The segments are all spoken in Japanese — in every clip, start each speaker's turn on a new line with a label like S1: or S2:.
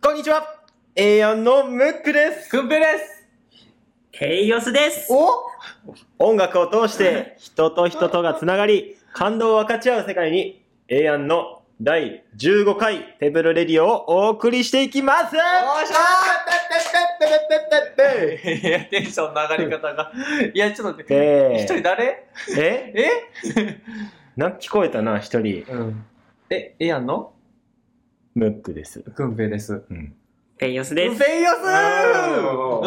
S1: こんにちは !A4 のムックです
S2: くんぺいです
S3: ケイオスです
S1: お音楽を通して人と人とがつながり、感動を分かち合う世界に A4 の第15回テーブルレディオをお送りしていきます
S2: よいしょ
S1: あーてってってってってってって
S2: いや、テンションの上がり方が。いや、ちょっと待って。
S1: で
S2: 一人誰
S1: え
S2: え
S1: なんか聞こえたな、一人。
S2: うん。え、えやんの
S1: ムックです。
S2: くんぺいです。
S1: うん、
S3: ケイオスです
S2: ぺいよす
S1: お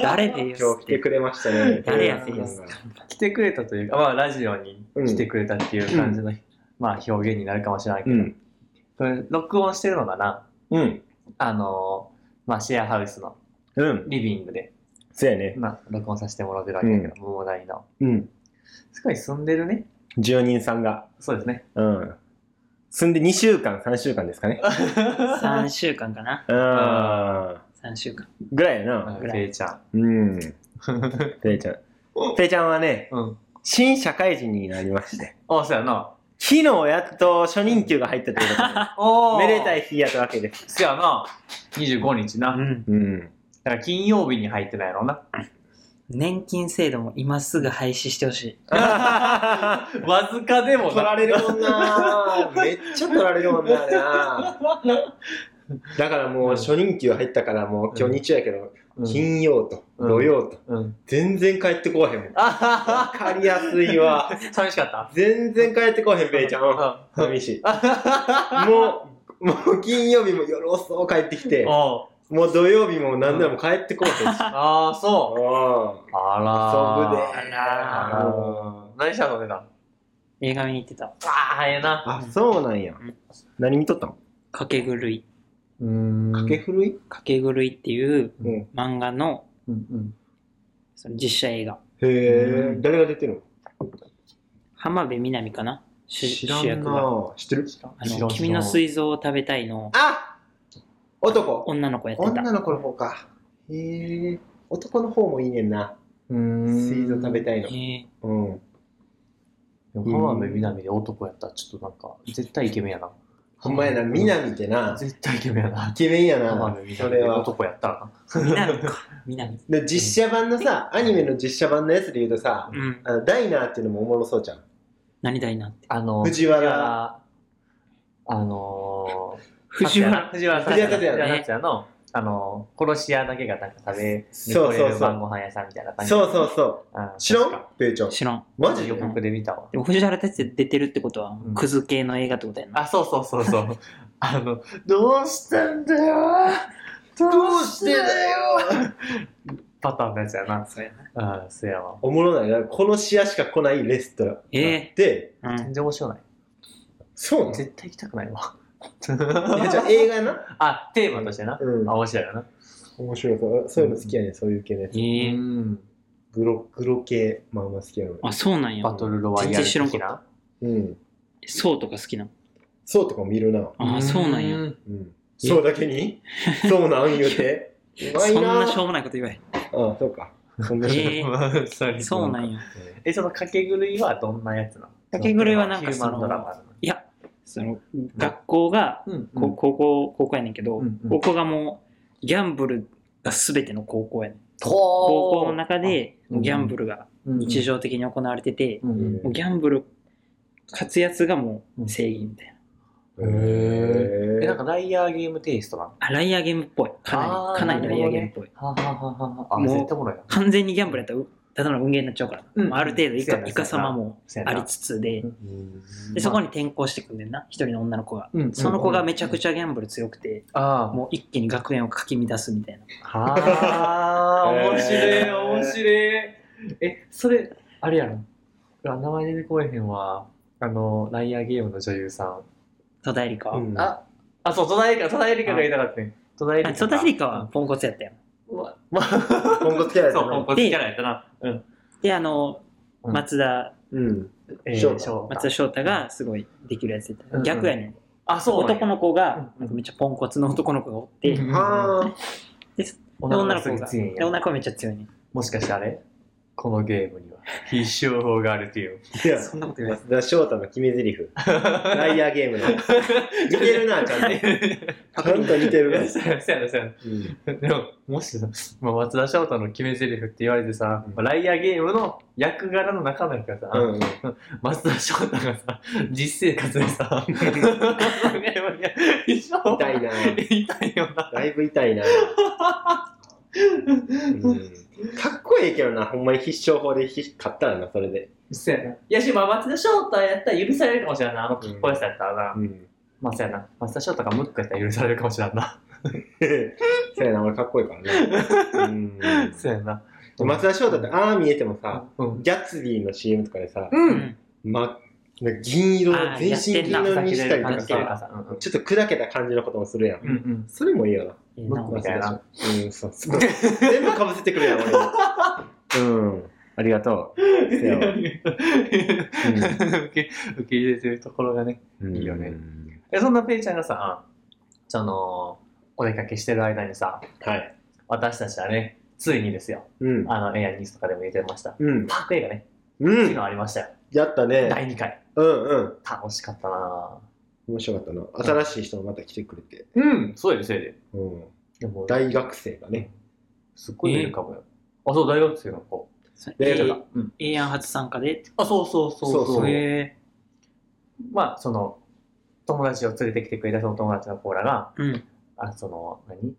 S3: 誰ケイオ
S1: 今
S3: ス
S1: 日
S3: っ
S1: 来て
S3: て
S1: くれましたね。
S3: 誰やせいやす
S2: 来てくれたというか、まあ、ラジオに来てくれたっていう感じの、まあ、表現になるかもしれないけ
S1: う
S2: ど、
S1: ん。
S2: これ、録音してるのかな
S1: うん。
S2: あのー、まあ、シェアハウスの
S1: うん。
S2: リビングで、
S1: そうやね。
S2: まあ、録音させてもらってるわけだけど、桃大の。
S1: うん。
S2: すごい住んでるね。
S1: 住人さんが。
S2: そうですね。
S1: うん。住んで2週間、3週間ですかね。
S3: 3週間かな
S1: うん。
S3: 3週間
S1: ぐらいやな。
S2: うんペイちゃん。
S1: うん。ペイちゃん。ペイちゃんはね、
S2: うん。
S1: 新社会人になりまして。
S2: あ、そうやな。
S1: 昨日やっと初任給が入ったというこ
S2: お
S1: とで、めでた
S2: い。
S1: い日やったわけです。
S2: そうやな。25日な。
S3: ん
S1: うん。
S2: だから金曜日に入ってないやろな。
S3: 年金制度も今すぐ廃止してほしい
S2: わずかでも
S1: 取
S2: な。
S1: られるもんなめっちゃ取られるもんなあれなだからもう初任給入ったからもう今日日曜やけど、
S2: うん。
S1: 金曜と
S2: うん
S1: 土曜と、
S2: うん。
S1: 全然帰ってこわへんもん
S2: あは
S1: わ
S2: は
S1: かりやすいわ
S2: 寂しかった
S1: 全然帰ってこわへんペイちゃん
S2: う
S1: 寂しい もうもう金曜日もよろそう帰ってきて
S2: ん。おう
S1: もう土曜日も何でも帰ってこわへんし
S2: ああ、そ
S1: あ
S2: う。あらー。
S1: 遊ぶで
S3: あ
S2: あ
S3: らー
S2: らー何したのねな。
S3: 映画見に行ってた
S2: ああ、ええな。
S1: あそうなんや
S3: ん
S1: 何見とったの
S3: かけ狂いう
S2: ーん。
S1: かけ古い
S3: かけ狂いっていう
S1: うん
S3: 漫画の
S2: うんうん。
S3: その実写映画
S1: へえ
S2: うん
S1: 誰が出てるの
S3: 浜辺美波かな主主役が
S1: ぁ知ってる
S3: あの君の
S2: イ
S3: 水蔵を食べたいの
S1: あ男
S3: 女の子やってた
S1: 女の子の方か。へえ。男の方もいいねんな。
S2: うーん。
S1: 水道食べたいの
S3: え。ー
S1: うん。
S2: でも浜辺美波で男やったらちょっとなんか、絶対イケメンやな。
S1: ほんまやな、みなみってな。
S2: 絶対イケメンやな
S1: イ。ケメンや
S2: 浜
S1: な
S2: 辺。美
S1: そ
S2: 波
S1: れ
S2: で
S1: は。
S2: 男やったらな。
S3: みなみかみなみ
S1: で実写版のさ、アニメの実写版のやつで言うとさ、
S3: うん
S1: あのダイナーっていうのもおもろそうじゃん。
S3: 何だいなって
S2: あの、
S1: 藤原
S2: あのー、
S3: 藤原
S2: 藤原
S1: 藤原竜也ね
S2: 藤原竜也の、あのー、殺し屋だけがなんか食べ、
S1: そうそうそう
S2: 残れる晩ご飯屋さんみたいな感じ。
S1: そうそうそう。
S2: うん。
S1: 知ら
S2: 確
S1: ん
S2: か
S1: ペイちゃん。
S3: 知らん
S1: マジ
S2: 予告で見たわ。
S3: でも藤原達也出てるってことは
S2: うん
S3: クズ系の映画ってことやな
S2: あ、そうそうそう そう。あの、どうしたんだよ
S1: どうしてだよ
S2: パターンのやつやな。
S3: そうやな
S2: うん、そうやわ。
S1: おもろないな。このシアしか来ないレストラン。
S3: ええ
S1: で、
S3: うん
S2: 全然面白ない。
S1: そうなの
S2: 絶対行きたくないわ。
S1: えじゃあ映画やな。
S2: あ、テーマとしてな。
S1: うん
S2: あ、。面白いよな。
S1: 面白そう。そういうの好きやねそういう系のやつ。
S3: ええ
S2: ん。
S1: グロ、グロ系、まあまあ好きやの。
S3: あそうなんや
S2: バトルロワイヤル的な。
S3: 全然知らん
S1: うん。
S3: そうとか好きな
S1: そうとかも見るな。
S3: あそうなんや
S2: ん
S1: うんそうだけにそうなん言うて。うまい
S3: そんな
S1: な。
S3: しょうもないこと言わへん
S1: ああ、そうか。そんなしょう
S3: ええそうなんや
S2: え、その掛け狂いはどんなやつなの
S3: 掛け狂いはなんか
S2: ヒューマンドラマ
S3: いやその学校が
S2: うん
S3: こ高校高校やねんけど
S2: うんうん
S3: 高校がもうギャンブルが全ての高校やねん
S2: 高
S3: 高校の中で
S2: うん
S3: ギャンブルが日常的に行われてて
S2: うんうん
S3: もうギャンブル勝つやつがもう正義みたいな
S2: へえなんかライアーゲームテイストなの
S3: あライアーゲームっぽいかな
S2: あ
S3: り
S2: ー
S3: かなりライアーゲームっぽい
S2: はははははあ
S3: もう
S2: 絶対おもろいな
S3: 完全にギャンブルやったらうただの運ゲーになっちゃうから、
S2: うん
S3: ある程度い
S2: そう
S3: か
S2: やない
S3: かさまも
S2: そうや
S3: あ
S2: な
S3: りつつで
S2: うん
S3: でそこに転校してくんねんな一人の女の子が、
S2: うんうん
S3: その子がめちゃくちゃギャンブル強くて、
S2: あー
S3: もう一気に学園をかき乱すみたいな
S2: はあ面白い
S1: へー
S2: 面白いえそれあれやろうわ名前出てこえへんわあのライアーゲームの女優さん
S3: 戸田恵梨香は、
S1: うん
S2: ああそう戸田恵梨香戸田恵梨香がいたかったね戸田恵
S3: あ
S2: 梨香
S3: 戸田恵梨香はポンコツやったよ
S2: うわまあ
S1: 今後付き合いだ
S2: そう、ポン
S1: な
S2: コツキャラやったな。うん。
S3: であの
S2: うん
S3: 松田、
S1: うん。
S2: え
S1: 翔太
S2: 翔
S3: 松田翔太がすごいできるやつやった、
S2: うん
S3: 逆やねん
S2: あ、そうなんや。
S3: 男の子が
S2: うん
S3: なんかめっちゃポンコツの男の子がおって、
S2: うん
S3: で
S1: ああ。
S3: 女の
S2: す
S3: 子
S2: ぐ
S3: が
S2: 強いん
S3: で
S2: や
S3: 女の子がめっちゃ強いねん
S2: もしかしてあれこのゲームには。必勝法があるっていう。
S1: いや、
S3: そんなこと言わ
S1: 松田翔太の決め台詞。ライアーゲームの。似てるな、ちゃんと。ちゃんと似てるな。
S2: そうやそうやそうや
S1: うん
S2: でも、もしさ、まあ、松田翔太の決め台詞って言われてさ、
S1: うん
S2: まあライアーゲームの役柄の中なんかさ、
S1: うんうん。
S2: 松田翔太がさ、実生活で さ、いやいやいや一緒
S1: 痛いな。
S2: 痛いよな。
S1: だいぶ痛いな。うんかっこいいけどな、ほんまに必勝法でひ勝ったらな、それで。
S2: そうやな。いやし、まあ、松田翔太やったら許されるかもしれんな。あのかっこよさやったらな。
S1: うん。
S2: まあ、そうやな。松田翔太がムックやったら許されるかもしれんな。
S1: そうやな、俺かっこいいからな。うん。
S2: そうやな。
S1: 松田翔太って、ああ見えてもさ、
S2: うん。
S1: ギャッツビーの CM とかでさ、
S2: う。
S3: うんん。
S1: ま、なんか銀色
S3: あ
S1: の、
S3: ー
S1: 全身銀
S3: やってん
S1: 色
S3: な
S1: にしたりとか
S2: 感じてる
S1: さ、
S2: かさ。うん
S1: ちょっと砕けた感じのこともするやん。
S2: うん。うん
S1: それもいいよな。
S3: いい
S2: ムッ
S3: な
S2: クみたいな。
S1: うん、そうそう。全部かぶせてくれよ、俺に。うん。ありがとう。
S2: いやいやいや
S1: う
S2: 受け受け入れてるところがね。
S1: ん
S2: いいよね。えそんなペイちゃんがさ、その、お出かけしてる間にさ、
S1: はい。
S2: 私たちはね、ついにですよ、
S1: うん。
S2: あの、エアニュースとかでも言ってました。
S1: うん。
S2: パーク映画ね、
S1: う
S2: 昨日
S1: ん。
S2: ありましたよ。
S1: やったね。
S2: 第2回。
S1: うんうん。
S2: 楽しかったな
S1: 面白かったな。新しい人もまた来てくれて。
S2: うん、そうやで、そうやで。
S1: うん。
S2: でも、
S1: 大学生がね。
S2: すっごい出るかもよ。あ、そう、大学生の子。
S1: 出
S3: え
S1: る
S3: ー
S1: か
S2: うん。
S3: ええやん初参加で。
S2: あ、そうそうそう
S1: そうそう
S3: へ
S2: まあ、その、友達を連れてきてくれたその友達の子らが、
S3: え。うん。
S2: あ、その、何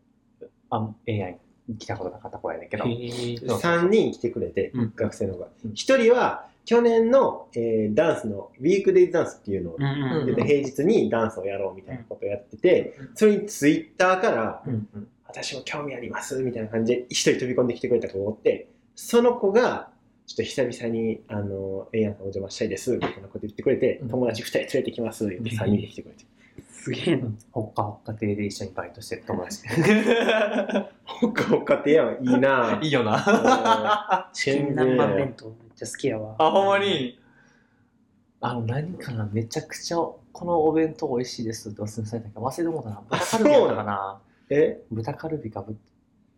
S2: あ、AI に来たことなかった子やねんけど。
S3: へえ。
S2: そう
S1: 3人来てくれて
S3: うん、
S1: 学生の方が
S2: うん。
S1: 一人は、去年の、えーダンスの、ウィークデイズダンスっていうのを
S3: うんう
S1: で
S3: ん。
S1: 平日にダンスをやろうみたいなことをやってて、
S2: うん
S1: それにツイッターから、
S2: うんうん。
S1: 私も興味ありますみたいな感じで一人飛び込んできてくれた子がおってその子がちょっと久々に「あのエイヤンさんお邪魔したいです」みたいなこと言ってくれて、
S2: うん
S1: 友達2人連れてきますって言って
S3: うん
S1: 3人で来てくれて
S3: すげえな。
S2: ほっかほっか亭で一緒にバイトしてる友達。
S1: ほっかほっかってやんいいな
S2: いいよな。
S3: チキン南蛮弁当めっちゃ好きやわ。
S2: あ、ほんまに。あの、何かな、めちゃくちゃ、このお弁当美味しいですっておすすめされたけど、忘れてもうたな。
S1: あ
S2: 豚カルビやったかな。
S1: え
S2: 豚カルビかぶ、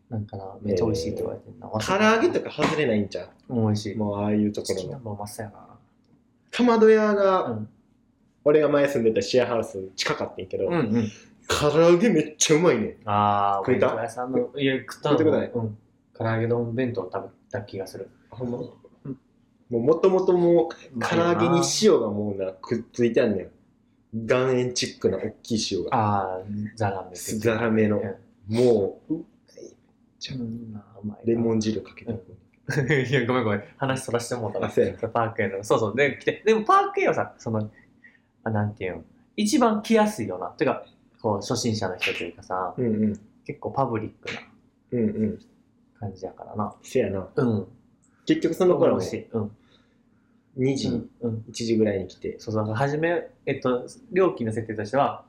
S2: なんかな、めっちゃ美味しいって言われてんな。
S1: 唐揚げと
S2: か
S1: か外れないんちゃ
S2: もう美味し
S1: う
S2: い。
S1: もうああいうとこ
S2: チキ
S1: ろ
S2: ンナ
S1: の
S2: ンバーうまそうやな。
S1: かまど屋
S2: う
S1: が
S2: ん。
S1: 俺が前住んでたシェアハウス近かったんやけど、
S2: うんうん。
S1: 唐揚げめっちゃうまいね
S2: あー、お
S1: 食
S2: 弁
S1: えた
S2: 当屋さんの、いや、食ったの
S1: 食えたことない
S2: うん。唐揚げ丼弁当食べた気がする。
S1: ほんまも
S2: うん
S1: うもともともう唐揚げに
S2: し
S1: 塩がもうなくっついてあんねん岩塩チックな大きい塩が
S2: あー、ザラメ的な
S1: ザラメのもう
S2: うん、まあうまいな
S1: レモン汁かけてる
S2: いや、ごめんごめ ん。話そらしてもうた
S1: あそうや
S2: パークへの。そうそう。で、来て。でも、パークへはさ、その、あなんていうの、一番来やすいよな。てか、こう、初心者の人というかさ、
S1: うんうん
S2: 結構パブリックな
S1: うんうん
S2: 感じやからな。
S1: せやな
S2: うん。
S1: 結局その頃は
S2: 美味し
S1: 2
S2: い。うん。
S1: 時、
S2: うん。
S1: 1時ぐらいに来て
S2: そうそう。はじめ、えっと、料金の設定としては、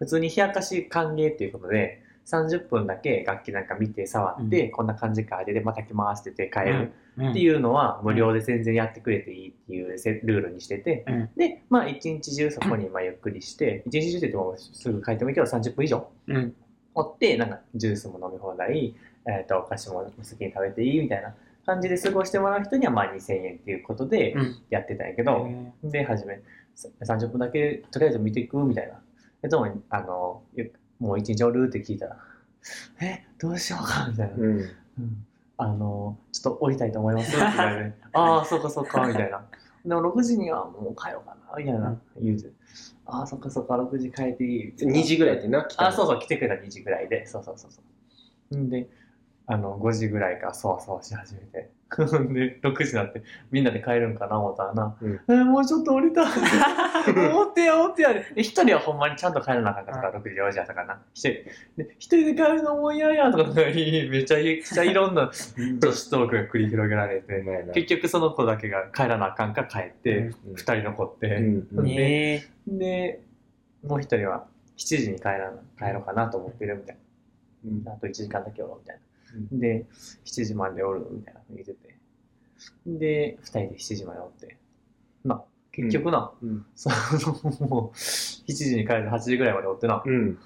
S2: 普通に冷やかし歓迎っていうことで、30分だけ楽器なんか見て、触って、こんな感じか、で、で、また来ますって言って帰る。
S3: っ
S2: って
S3: う
S2: いうのは無料で全然やってくれていいっていうせルールにしてて、
S3: うん
S2: で、まあ一日中そこにまあゆっくりして、一日中って言ってもすぐ帰ってもいいけど30分以上
S3: ん。うん。
S2: おって、なんかジュースも飲み放題、えっ、と、お菓子も好きに食べていいみたいな感じで過ごしてもらう人にはまあ2000円っていうことで
S3: うん。
S2: やってたんやけど、で、初め、さ30分だけとりあえず見ていくみたいな。で、ともに、あの、ゆもう一日おるって聞いたら、え、どうしようかみたいな。
S1: うん
S2: うんあの、ちょっと降りたいと思いますって言 われて、ああ、そうかそうか、みたいな。でも6時にはもう帰ろうかな、みたいな言うて、ああ、そっかそっか、6時帰っていいみたいな。
S1: 2時ぐらいでな来たの
S2: あそうそう、来てくれた2時ぐらいで、そうそうそうそう。んで、あの、5時ぐらいからそわそわし始めて、 で、6時になって、みんなで帰るんかな、思ったらな、
S1: うん
S2: えーもうちょっと降りたい。 思ってや、思ってやで。で一人はほんまにちゃんと帰らなあかんかったから、6時、4時やったかな。一人で、一人で帰るのも嫌や、とか、めちゃくちゃいろんな女子トークが繰り広げられ
S1: う
S2: て、
S1: まいな
S2: 結局その子だけが帰らなあかんか帰って、
S1: うん
S2: 二人残って、
S1: うんうん
S3: ねえ。
S2: で、もう一人は7時に帰らな帰ろうかなと思ってるみたい
S1: うん
S2: な。あと1時間だけおろうみたい
S1: うん
S2: な。で、7時までおるみたいな言ってて。で、2人で7時までおって。まあ、結局な、
S1: うん
S2: その、もう、7時に帰る8時ぐらいまでおってな。
S1: うん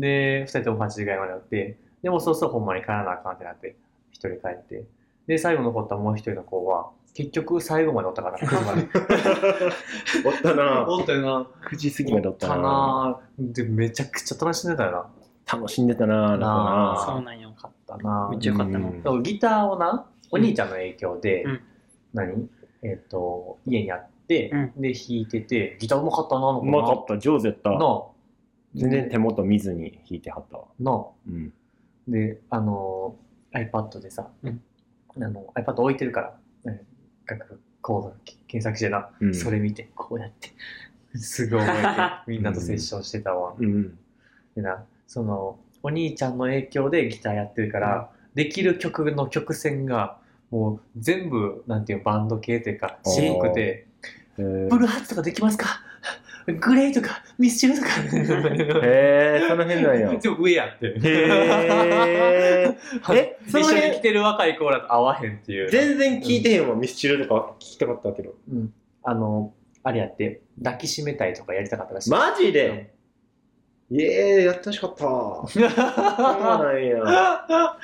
S2: で、2人とも8時ぐらいまでおって、でもうそろそろほんまに帰らなあかんってなって、1人帰って。で、最後残ったもう一人の子は、結局最後までおったか ら、車で。
S1: おったな
S2: おったよな。
S1: 9時過ぎまでおった
S2: た
S1: な
S2: なぁ。で、めちゃくちゃ楽しんでたよな。
S1: 楽しんでたな
S2: あ
S1: だ
S3: そうなんよ。
S2: かったな
S3: めっ
S2: ぁ
S3: ちゃよかったな。
S1: うん
S2: でもギターをな、お兄ちゃんの影響で、
S3: うん
S2: 何えっ、と、家にあって、
S3: う
S2: で、弾いてて、ギターうまかったな、の
S1: うまかった上手やった
S2: なあ
S1: 全然手元見ずに弾いてはったわ
S2: なあ
S1: うん
S2: で、あのー、iPad でさ、
S3: うん
S2: あの iPad 置いてるから、ね学講座検索してな、
S1: うん
S2: それ見て、こうやって、すぐ覚 えて、みんなとセッションしてたわ。
S1: うん
S2: でな、その、お兄ちゃんの影響でギターやってるから、できる曲の曲線が、もう全部、なんていうバンド系というか、
S1: あー
S2: シンクで、
S1: へー
S2: ブルーハーツとかできますかグレイとか、ミスチルとか。
S1: へえその辺なん や
S2: でも上やって。
S1: へ ええ
S2: 一緒に来てる若い子らと会わへんっていう。
S1: 全然聞いてへんわミスチルとか聞きたかったけど
S2: うん、あの、あれやって、抱きしめたいとかやりたかったらしい。
S1: マジ
S2: う
S1: で
S2: ん
S1: イエーイやってほしかったそうなんや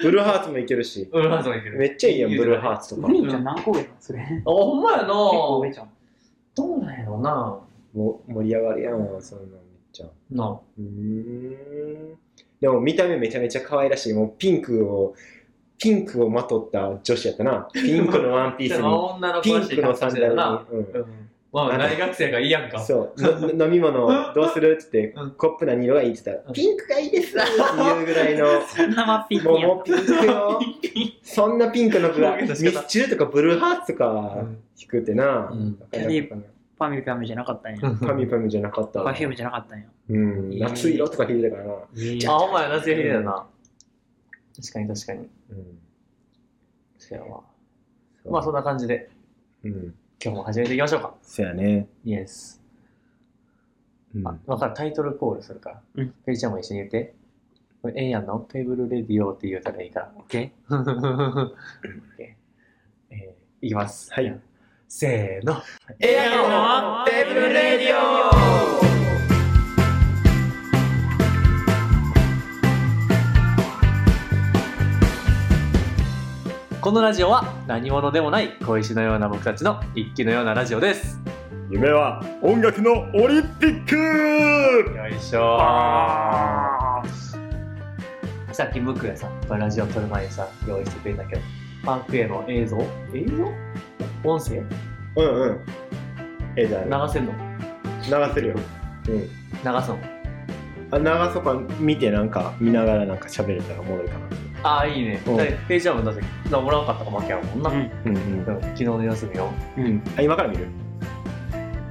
S1: ブルーハーツもいけるし
S2: ブルーハーツもいける。
S1: めっちゃいいやんブルーハーツ
S2: ツ。
S1: と
S3: お
S1: か
S3: 兄ちゃん何個上なのそれ。結
S2: あ、ほんまやな
S3: 構上
S2: ど
S3: じゃん。
S2: うなんやろな
S1: も盛り上がるやんそんなんめっちゃ
S2: な
S1: うーんでも見た目めちゃめちゃ可愛らしいもうピンクをピンクをまとった女子やったなピンクのワンピース
S2: で
S1: に
S2: も女の子
S1: ピ
S2: ら
S1: ン
S2: しい
S1: クの
S2: 格
S1: サ
S2: 好
S1: ン
S2: し
S1: ダ
S2: てる
S1: ルに
S2: な、。
S1: うん
S2: うん。まあ、大学生がいいやんか。
S1: そうの飲み物どうするって言って、
S2: うん
S1: コップ何色がいいって言った
S2: う
S1: ら
S2: ん
S1: ピンクがいいですっていうぐらいの
S3: そんなマッピー
S1: もう
S3: にや
S1: もうピンクよそんなピンクの子が
S2: 表
S1: ミ
S2: 現の仕方
S1: スチルとかブルーハーツと
S2: う
S1: か
S2: ん
S1: 弾くってな、
S2: うん
S1: なかなか
S3: パミュパミュじゃなかったんや。
S1: パミュパミュじゃなかったわ
S3: パフュームじゃなかったんや。
S1: うん夏色とか弾いてたからな、
S2: あ、ほんまやな、ぜひだよな。確かに確かに。
S1: うん
S2: そうやわ。まあ、そんな感じで、
S1: うん
S2: 今日も始めていきましょうか。
S1: そやね
S2: イエス。
S1: うん
S2: あ今からタイトルコールするから。
S3: うん
S2: ペイちゃんも一緒に言って。これええやんのテーブルレディオって言うたらいいから。
S3: オッケ
S2: OK えーいきます。
S1: はい。
S2: せーの。
S1: エ
S3: アのテーブルレディ
S2: このラジオは何者でもない小石のような僕たちの一気のようなラジオです。
S1: 夢は音楽のオリンピック
S2: よいしょ
S3: あ
S2: さっきムックがさ、これラジオ撮る前にさ、用意してくれたけど、パンクへの映像映像音声流
S1: うんうんえじゃあ
S2: せんの
S1: 流せるようん
S2: 流すの
S1: あ長そか見てなんか見ながらなんか喋れたらおもろいかな
S2: ああ、いいね。
S1: うん
S2: だってページャーもだって、なもらわんかったか負けやもんな。
S3: うん。
S1: うんうん
S2: うん昨日の休みを。
S3: うん。
S1: あ今から見る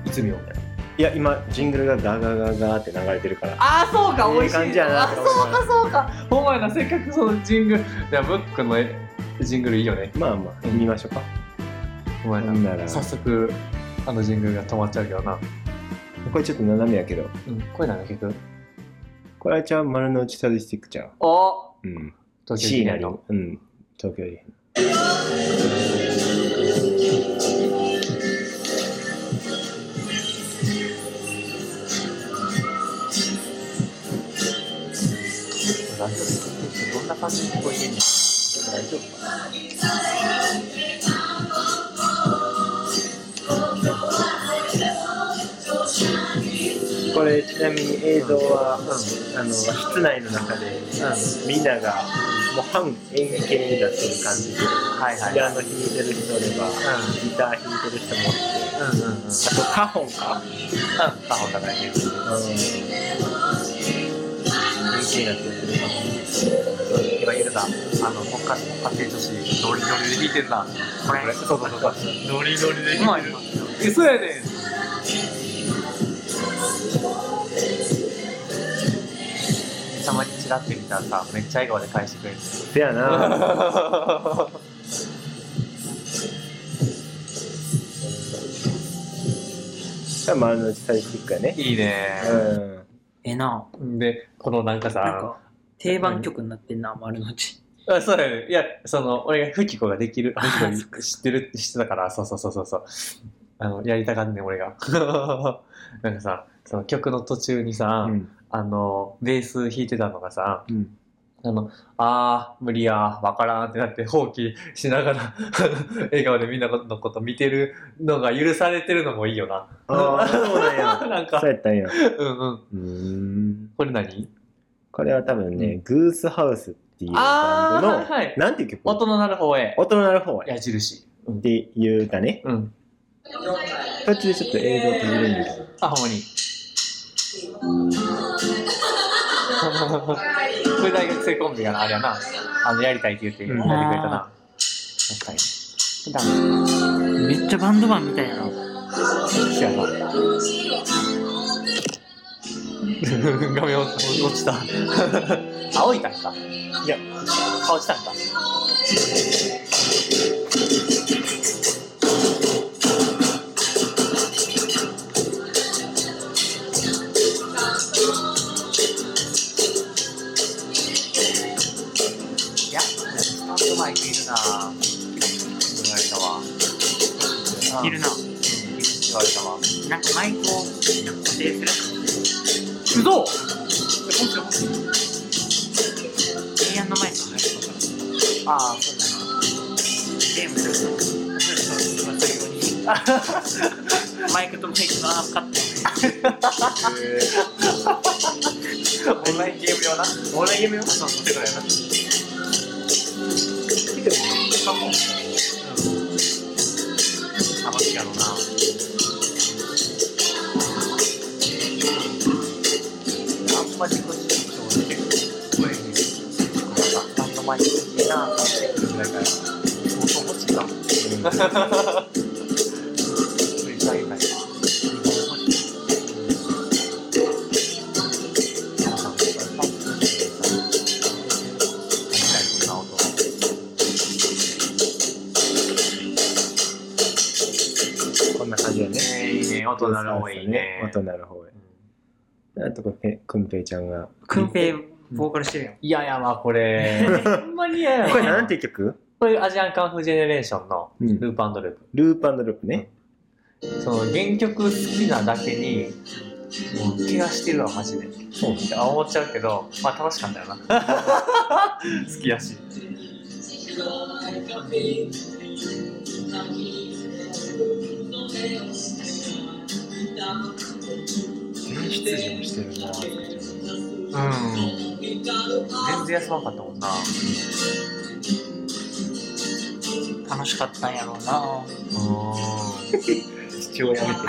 S2: いつ見よう
S1: いや今ジングルがガガガガーって流れてるから
S2: ああ、そうか、
S1: いい
S2: 美味しい。
S1: 感じやな
S2: あーそうか、そうか。ほんまやな、せっかくそのジングル。じゃあ、ムックのジングルいいよね。
S1: まあまあ見ましょうか
S2: ほんまや
S1: なんな
S2: な。
S1: ら
S2: 早速、あのジングルが止まっちゃうけどな。
S1: これちょっと斜めやけど
S2: うん、これなんだ、結局。
S1: これはちゃう丸の内サディスティックちゃう
S2: お
S1: うん
S2: 東京
S1: C
S2: 駅
S1: な
S2: 内
S1: り
S2: の。
S1: うん東京で
S2: ラジオどんな感じに聞こえてんの大丈夫かな
S1: これちなみに映像は、
S2: うん
S1: あの室内の中でみんながもう半円形になってる感じで
S2: はいはい
S1: ピアノ弾いてる人おればギター弾いてる人もおって
S2: うんうんうん。うん、
S1: あとカホンか
S2: パホン高いね。
S1: うん円形になってる人
S2: 今いるな、あの、国家の家庭女子、ノリノリで弾いてんな。
S3: これ。
S2: そうそうそう。ノリノリで
S3: うまい。
S2: え、そうやねん。たまにチラって見たらさ、めっちゃ笑顔で返してくれる。
S1: せやな 丸の内サイキックやね
S2: いいね。
S1: うん
S3: ええな。
S2: で、このなんか
S3: なん
S2: さ、
S3: か、定番曲になってんな、丸の内。
S2: あそうやね。いや、その、俺がフキコができる、
S3: あ
S2: フキコ知ってるって知ってたから、そうそうそうそうそう。あの、やりたがんねん、俺が。 なんかさ、その曲の途中にさ、
S1: うん
S2: あの、ベース弾いてたのがさ、
S1: うん
S2: あの、あー、無理やー、わからんってなって放棄しながら、 笑顔でみんなのこと見てるのが許されてるのもいいよな。
S1: ああ、そうなんや。
S2: なんか
S1: そう、やったんや。
S2: うんうん。
S1: うーん。
S2: これ何
S1: これは多分
S2: う
S1: ね、グースハウスっていうバ
S2: あ
S1: ン
S2: ー、
S1: ド
S2: は
S1: の
S2: い、はい。
S1: なんていう曲
S2: 音の鳴る方へ。
S1: 音の鳴る方や
S2: 矢印。う
S1: っ
S2: ん。
S1: ていうかね。
S2: うん。
S1: 途中でちょっと映像途切れるんですけど。
S2: あ、ほんまに。 これ大学生コンビがな、あれやな。あの、やりたいって言って、や
S1: う
S2: っ
S1: ん
S2: てくれたな。確かに。
S3: 普段めっちゃバンドマンみたいやな
S2: せやな。画面落ち落ちた。 青いたんか。いや、あ、落ちたんか。いや、スタンドマイクいるなぁ。言われたわ。
S3: いるな
S2: 言われたわ。
S3: なんかマイクを固定する
S2: 不動
S3: 平安のマイク入るのかな
S2: ああ、そうだな。
S3: ゲームするのそうそうそうマイクとマイクのアームカッ
S2: オンラインゲーム用な。オンラインゲーム用そうそう、ってことやな。楽しいやろな。あんま自己主張で声に、あんまマイクいいなぁ、ってぐらいから。相当欲しいな。それしてあげたい。
S1: こんな感じだね。
S2: いいね、音鳴る方がいいね。
S1: 音鳴る方へ。あとこれ、くんぺいちゃんが。
S3: プくんぺいボーカルしてるやん
S2: いやいや、まあこ れ、ほんまに嫌や
S1: これなんていう曲
S2: これアジアンカンフージェネレーションの
S1: うん
S2: ループループ。
S1: ループループね。
S2: その原曲好きなだけに、もう気がしてるわ、マジで。
S1: そう
S2: って思っちゃうけど、まあ楽しかったよな。 好きやし。
S1: 出場してるなぁ。
S2: うん。全然休まんかったもんな。
S3: 楽しかったんやろうな
S2: 父親見て。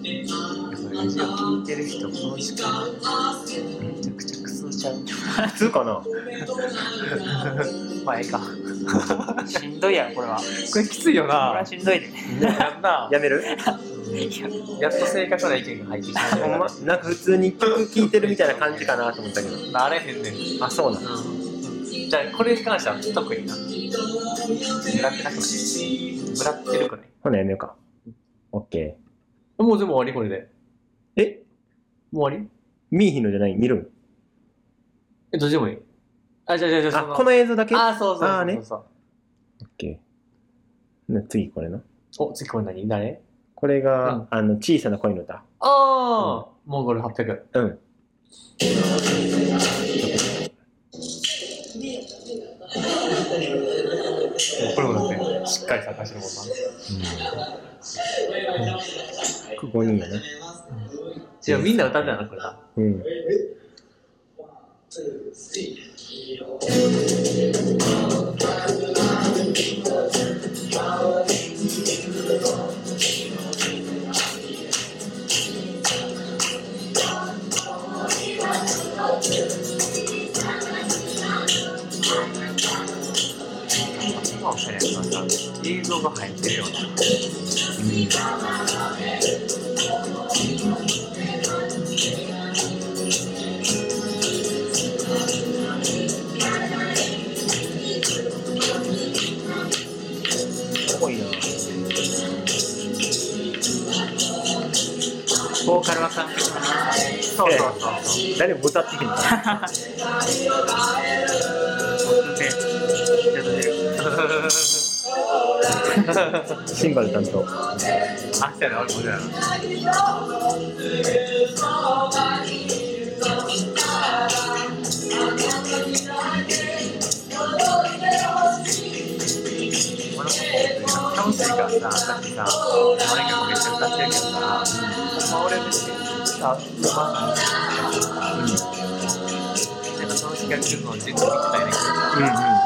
S2: 聞いてる人、この時間、めちゃくちゃクソしちゃう。
S1: 普通かな
S2: まあ、ええか。
S3: しんどいやろこれはこ
S2: これきついよ
S3: れは
S2: な。
S3: しんどいで
S2: やんな。
S1: やめる
S2: やっと正確な意見が入ってきた。
S1: ほんまなんか普通に曲聴いてるみたいな感じかなと思ったけど。
S2: なれへんねん。
S1: あ、そうなの。
S2: じゃあ、これに関しては特にな。むらってなくないむらってるくない
S1: ほなやめようか。オッケ
S2: もうでも終わりこれで。
S1: ー。え
S2: もう終わり
S1: 見えひんのじゃない見るん
S2: え、どっちでもいい。あ、じゃあじゃあじゃ
S1: あ、
S2: そ
S1: この映像だけオッ
S2: あ、そうそうそうそう。
S1: あーねケー。な次これな。
S2: お、次これ何誰
S1: これが、
S2: うん
S1: あの、小さな恋の歌。
S2: ああ、モンゴル800。
S1: うん。
S2: これもだって、しっかり探してるも
S1: 5人やな。
S2: んな。じゃあみんな歌ってたな、これな。
S1: うん。
S2: 今おしゃれやったなんか映像が入ってるよね。
S1: ぽいなボーカルは完璧
S2: そうそうそうそう。
S1: 誰も歌ってへんから。
S3: くんぺいちょっと出る
S2: あ
S1: シンバル担当。
S2: あ、そうやな、俺もそうやな。俺も楽しいからさ、さっきさ、マイクめっちゃ歌ってるけどさ、まあ俺別にさ、つまんないうん。なんかその時間来るのをじっと見てたんやけどさ、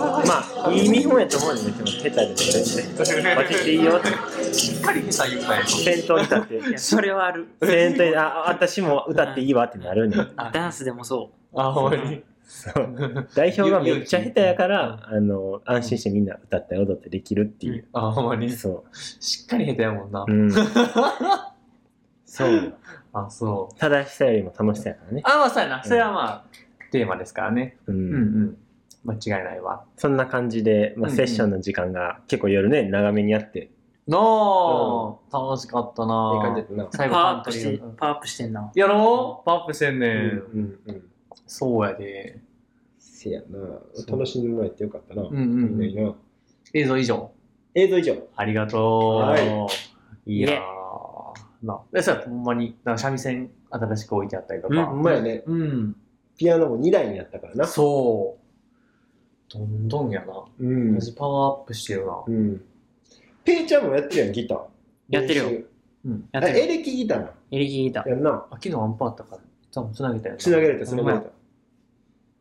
S1: うんうん。まあ、いい見本やと思うよね。でも、下手でも全然。負けていいよって。
S2: しっかり下手言うたよ。
S1: 先頭に立って。
S3: いやそれはある
S1: 先頭に、あ、私も歌っていいわってなるね。
S3: ダンスでもそ
S2: あ、ほんまに。
S1: そう。 代表がめっちゃ下手やから、あの、安心してみんな歌ったり踊ってできるっていう。
S2: あ、ほんまに。
S1: そ
S2: しっかり下手やもんな
S1: う。う。 ん。そう。
S2: あ、そう。
S1: 正しさよりも楽しさやからね。
S2: あ、まあそうやな。それはまあ、テーマですからね。
S1: う。
S2: うんんうん。間違いないわ。
S1: そんな感じで、まあ、
S2: うんうん
S1: セッションの時間が結構夜ね、長めにあって。
S2: なあ、楽しかったなあ。
S1: だったな。
S3: う
S2: 最後
S3: パ
S2: カ
S3: ワーア
S2: ン
S3: ッ
S2: ト
S3: プ
S2: リ
S3: して
S2: ーの。
S3: パワーアップしてんな
S2: やろうパワーアップしてんね。
S1: うんんうん。
S2: そうやで。
S1: せやな
S2: そう
S1: しんでもらえてよかったな。
S2: うんうんうん。
S1: な。
S2: 映像以上。
S1: 映像以上。
S2: ありがとう。、
S1: はい
S2: やー。なでさ、ほんまに、なんか三味線新しく置いてあったりとか。
S1: まやね。
S2: うん。
S1: ピアノも2台になったからな
S2: そう。どんどんやな。
S1: う。うん
S2: マ。ジパワーアップしてるな。
S1: うん。ペイちゃんもやってるやん、ギター。
S3: やってるよ
S1: 練習
S2: うん。
S3: やっ
S1: あ
S3: てる
S1: エレキギターな。
S3: エレキギター
S1: やんな
S2: あ。昨日アンパーあったから、多分つなげたよな。
S1: つなげられた、つなげら
S2: う
S1: れた。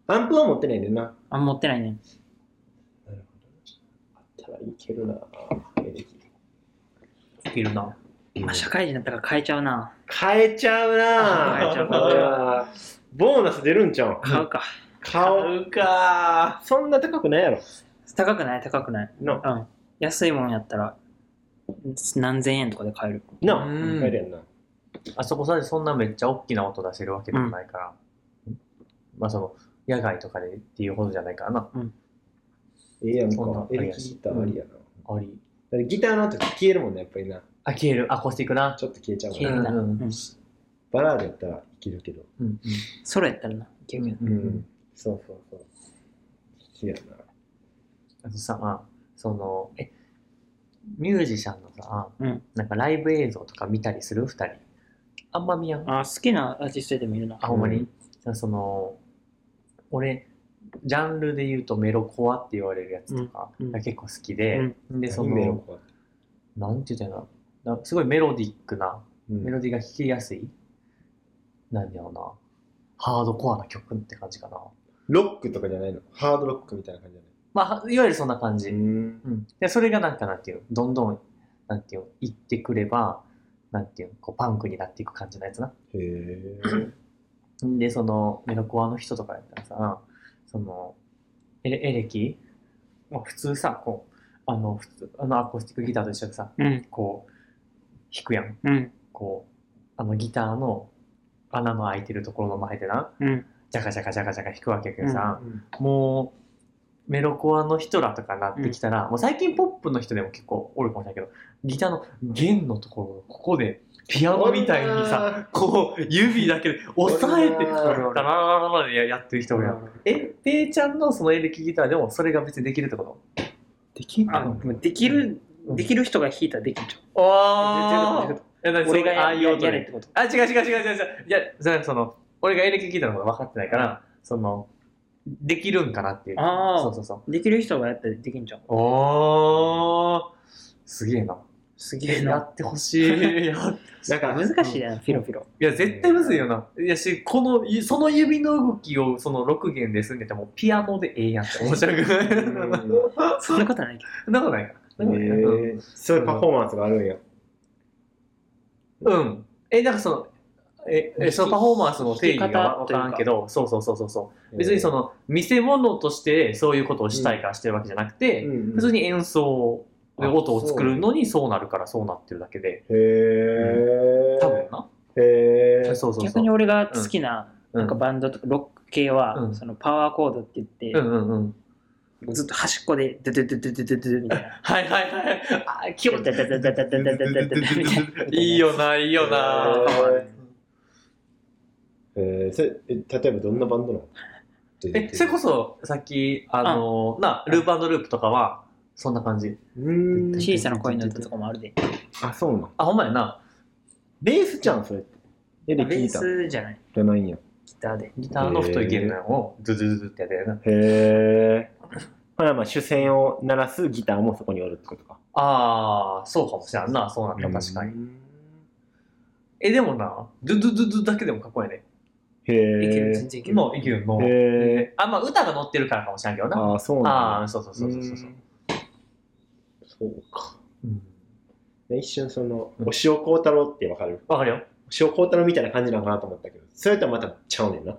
S1: アンプは持ってないねんな。
S3: あんま持ってない
S1: なる
S3: ね
S1: ほど。あったらいけるなエレキ。
S2: んいけるな。
S3: まあ社会人だったから変えちゃうな
S1: 変えちゃうなぁ。
S3: 変えちゃう
S1: これは ボーナス出るんちゃうん
S3: 買うか
S1: 顔。
S2: うか
S1: そんな高くないやろ。
S3: 高くない高くない
S1: な、
S3: うん安いもんやったらん何千円とかで買える
S1: な、
S2: うん
S1: 変えるやんな。
S2: あそこさ、そんなめっちゃ大きな音出せるわけでもないから。まあその、野外とかでっていうほどじゃないからな。
S1: ええやん
S2: そんな
S1: か
S2: ん。
S1: エレキギターありやな。だ
S2: あり。
S1: ってギターの時消えるもんね、やっぱりな。
S2: あ、消える。アコースティックな。
S1: ちょっと消えちゃうか
S3: 消え
S1: ら
S3: る。な
S2: うんうん
S3: うん
S1: バラードやったらいけるけど。
S2: うん。
S3: ソロやったらないけ
S2: う
S3: るけ
S2: ん
S3: ど
S2: う。
S1: うんん。そうそうそう。そうやな。
S2: あとさ、まあ、その、え、ミュージシャンのさ、
S3: うん
S2: なんかライブ映像とか見たりする二人。あんま見やん。
S3: あ好きなアーティストでもいるな
S2: あ、ほんま
S1: う
S2: に
S1: ん。
S2: その、俺、ジャンルで言うとメロコアって言われるやつとか
S3: うんうん
S2: が結構好きで、で、そ
S1: メロ
S2: の、
S1: コア
S2: なんて言ったらいいのなすごいメロディックな
S1: うん
S2: メロディーが弾きやすい、なんだろうな、ハードコアな曲って感じかな。
S1: ロックとかじゃないのハードロックみたいな感じじ
S2: まあ、いわゆるそんな感じ。
S1: ゃないうん。
S2: うんで、それがなんかなんていうのどんどん、なんていうの行ってくれば、なんていうのこうパンクになっていく感じのやつな。
S1: へえ。
S2: で、その、メロコアの人とかやったらさ、その、エレエレキ、まあ、普通さ、こう、あの、普通、あのアコースティックギターと一緒でさ、
S3: うん
S2: こう、弾くやん。
S3: うん
S2: こう、あのギターの穴の開いてるところの前でな、
S3: うん
S2: ジャカジャカジャカジャカ弾くわけやけど
S1: う
S2: さ、
S1: ん
S2: もうメロコアの人らとかなってきたら、もう最近ポップの人でも結構おるかもしれないけどギターの弦のところここでピアノみたいにさこう指だけで押さえて
S1: う
S2: ダ
S1: わ
S2: ラ
S1: ー
S2: ダラダラでやってる人もいるえペイちゃんのそのエレキギターでもそれが別にできるってことできん
S3: あできるできる人が弾いたらできんじ
S2: あ
S3: ゃん
S2: あ
S3: 俺がや
S2: ああいう
S3: や
S2: 音
S3: やれっ
S2: で
S3: てこと
S2: あ違う違う違う違う違ういやじゃあその俺がエレキギターのこと分かってないからそのできるんかなっていう
S3: あー
S2: そうそうそう
S3: できる人がやったらできんじゃん
S2: おーすげえな。
S3: すげえ
S2: えや
S3: な
S2: ってほしい。 や
S1: なんか、
S3: 難しいなフィロフィロ
S2: いや、絶対むずいよな。いやし、この、いその指の動きをその6弦ですんでても、ピアノでええやんって面白くない
S1: うん
S3: そんなことないけど
S2: そんなことないか。なんかねうん
S1: へえそういうパフォーマンスがあるんや。
S2: うん。え、なんかその、え、えそのパフォーマンスの定義
S3: 弾き
S2: が
S3: 方
S2: わ
S3: というか
S2: からんけど、そうそうそうそうそう。別にその、見せ物としてそういうことをしたいからしてるわけじゃなく
S1: う
S2: て、
S1: ん、
S2: 普通に演奏で
S1: あ
S2: 音を作るのにそうなるからそうなってるだけで、
S1: へえ。
S2: 多分な。
S1: へえ。
S2: そうそうそう。
S3: 逆に俺が好きな
S2: う
S3: なん
S2: ん
S3: かバンドとかロック系は
S2: うん
S3: そのパワーコードって言って
S2: うんうんうん。
S3: ずっと端っこでドゥドゥドゥドゥドゥドゥドゥみたいな
S2: はいはいはい。あ、気持ち
S3: ダダダダダダダダダダみたいない
S2: いよな、いいよな。
S1: えー、それえ例えばどんなバンドなの
S4: て出
S2: え、
S4: て
S2: それこ
S4: る。
S2: そ、さっき、あの、な、ループループとかは、そんな感じ。
S1: うーん
S3: 小さな恋の歌とかもあるで。
S1: あ、そうなん。
S2: あ、ほんまやな。
S1: ベースじゃん、それって。絵
S3: ベ
S1: で聞
S3: ー
S1: いた。
S3: スじゃない。
S1: じゃないんや。
S3: ギターで。
S2: ギターの太い弦のを、ズズズズってやってるな。
S1: へえ。まあまあ、主戦を鳴らすギターもそこにおるってことか。
S2: あー、そうかもしれんな。そうなんだ、確かに。
S1: に。
S2: え、でもな、ズズズズだけでもかっこいいね。
S1: へ
S3: いける、
S1: え
S3: 全。然いける。
S2: 今、いけるの。
S1: へえ。
S2: あ、まあ、歌が乗ってるからかもしれんけどな。
S1: ああ、そうなん
S2: あ
S1: だ
S2: ー、そうそうそうそうそう。
S1: うーんそうか。
S2: うん
S1: 一瞬その、
S2: うん
S1: お塩幸太郎ってわかる
S2: わかるよ。
S1: お塩幸太郎みたいな感じなのかなと思ったけど、それとはまたちゃうねんな。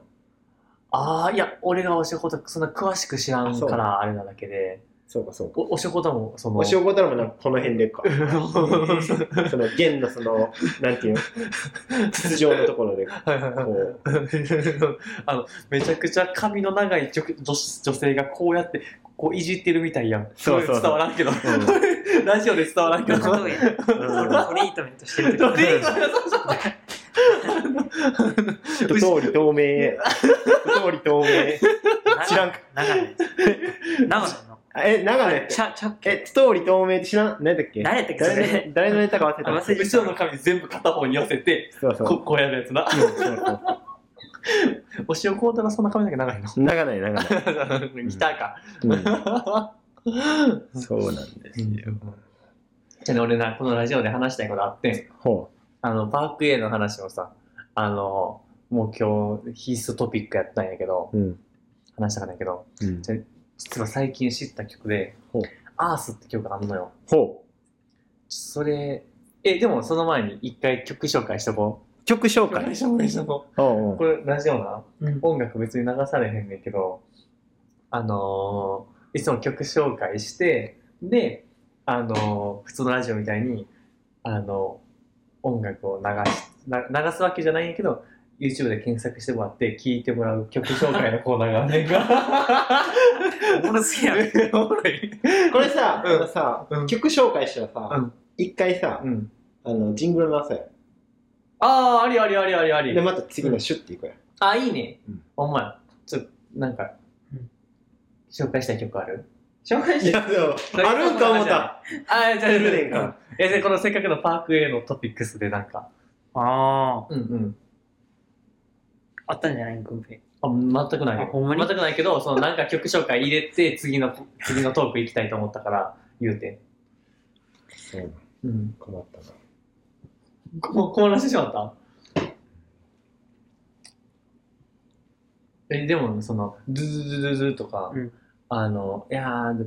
S2: ああ、いや、俺がお仕事、そんな詳しく知ら
S1: あ
S2: ん
S1: そう
S2: から、あれなだけで、
S1: そうかそうか。
S2: おお仕事も、その、
S1: お塩幸太郎もなんかこの辺で か。その弦のその、なんていうの、筒状のところで、こう、
S2: あの、めちゃくちゃ髪の長い女女女性がこうやって、こういじってるみたいやん。
S1: そうそうそう
S2: れ伝わらんけど、 ラジオで伝わらんけ
S3: 今
S2: ど、ト
S3: の 例えや。トリートメントしてる時
S2: リートメント
S1: 一通り透明、一通り透明。知らんか。
S3: 長野。長野の。
S1: あえ、長野やっ
S3: ちゃ、ちゃっけ
S1: けえ、一通り透明って知らん何だっけ
S3: 誰やったっけ
S1: 誰
S3: それ
S1: の誰のネタか忘れた。
S3: あ忘れ
S2: 後ろの髪全部片方に寄せて、
S1: そうそう。
S2: ここうやるやつな。
S1: そうそうそ
S2: お塩コートがそんな髪だけ長 いの。
S1: う長野や長野。
S2: ギターか。
S1: うんそうなんですよ。
S2: で俺な、このラジオで話したいことあってん。
S1: ほ
S2: あの、パーク A の話もさ、あの、もう今日必須トピックやったんやけど、
S1: う。うん。
S2: 話したかんやけど、
S1: うん
S2: 実は最近知った曲で
S1: ほう、
S2: アースって曲あんのよ。
S1: ほ
S2: それ、え、でもその前に一回曲紹介しとこ
S1: う。曲紹
S2: う。曲
S1: 介。
S2: 紹介しとこ
S1: おうお
S2: う。
S1: う
S2: これラジオな、
S3: うん
S2: 音楽別に流されへんねんけど、あのーいつも曲紹介して、で、あのー普通のラジオみたいに、あの音楽を流し、な流すわけじゃないんやけど、YouTube で検索してもらって、聴いてもらう曲紹介のコーナーがあんねんか。
S3: おもろすぎやろ。
S2: おもろい。
S1: これさ、
S2: うん
S1: あのさ
S2: うん、
S1: 曲紹介したらさ
S2: うん、
S1: 一回さ
S2: う、ん。
S1: あの、ジングルの朝や。
S2: ああ、ありありありありあり。
S1: で、また次のシュッていくや。
S2: あ、いいね
S1: うん。
S2: お前、ちょっと、なんか
S3: うん、
S2: 紹介したい曲ある紹介したい
S1: でも
S2: 曲
S1: あるんか思っ。た。
S2: あ、じゃあ、
S1: ルーレンか
S2: うんえ、で、このせっかくのパーク A のトピックスでなんか、
S3: あ
S2: うんうん。
S3: あ。あったんじゃない軍兵。
S2: あ、全くない
S3: あ
S2: よ。
S3: ほんまに
S2: 全くないけど、そのなんか曲紹介入れて、次の、次のトーク行きたいと思ったから、言うて。
S1: そう
S2: うん。
S1: 困ったな。
S2: こ困らせてしまったえ、でも、その、ズズズズズとか、
S3: うん
S2: あの、いやー、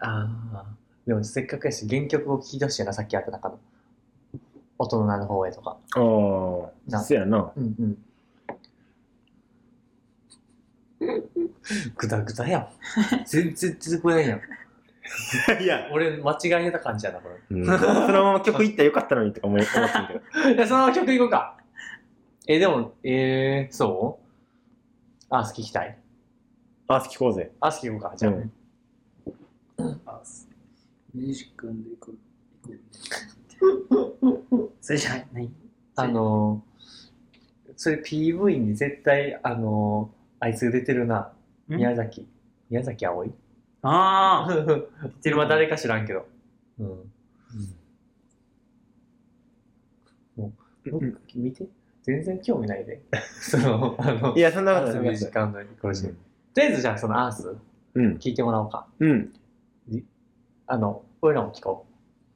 S2: あー、でもせっかくやし、原曲を聴き出してな、さっきやった中の。大人の方へとか。
S1: あ
S2: な
S1: あ、そやな。
S2: うんうん。 ぐだぐだやん。全然続くないやん。
S1: いや、
S2: 俺、間違えた感じやな、これ。
S1: うんそのまま曲いったらよかったのにとか思い思ってんけど。
S2: じゃあそのまま 曲いこうか。え、でも、えー、そうアース聞きたい。
S1: あ、好きこうぜ。
S2: アース聞こうか、じゃあ。
S1: うん
S3: ミュージックンで行く。それじゃない。
S2: あのー、それ PV に絶対、あのー、あいつ出てるな。
S3: ん
S2: 宮崎。宮崎葵
S3: ああ。
S2: 出てるは誰か知らんけど。うん。僕見て全然興味ないで。 その、あの、
S1: いや、そんな
S2: ア
S1: こ
S2: ース
S1: と
S2: ミ
S1: な
S2: ュー
S1: い
S2: ジックアンドレコーシンとりあえずじゃあそのアース
S1: うん。
S2: 聞いてもらおうか。
S1: うん。
S2: あの、俺らも聞こ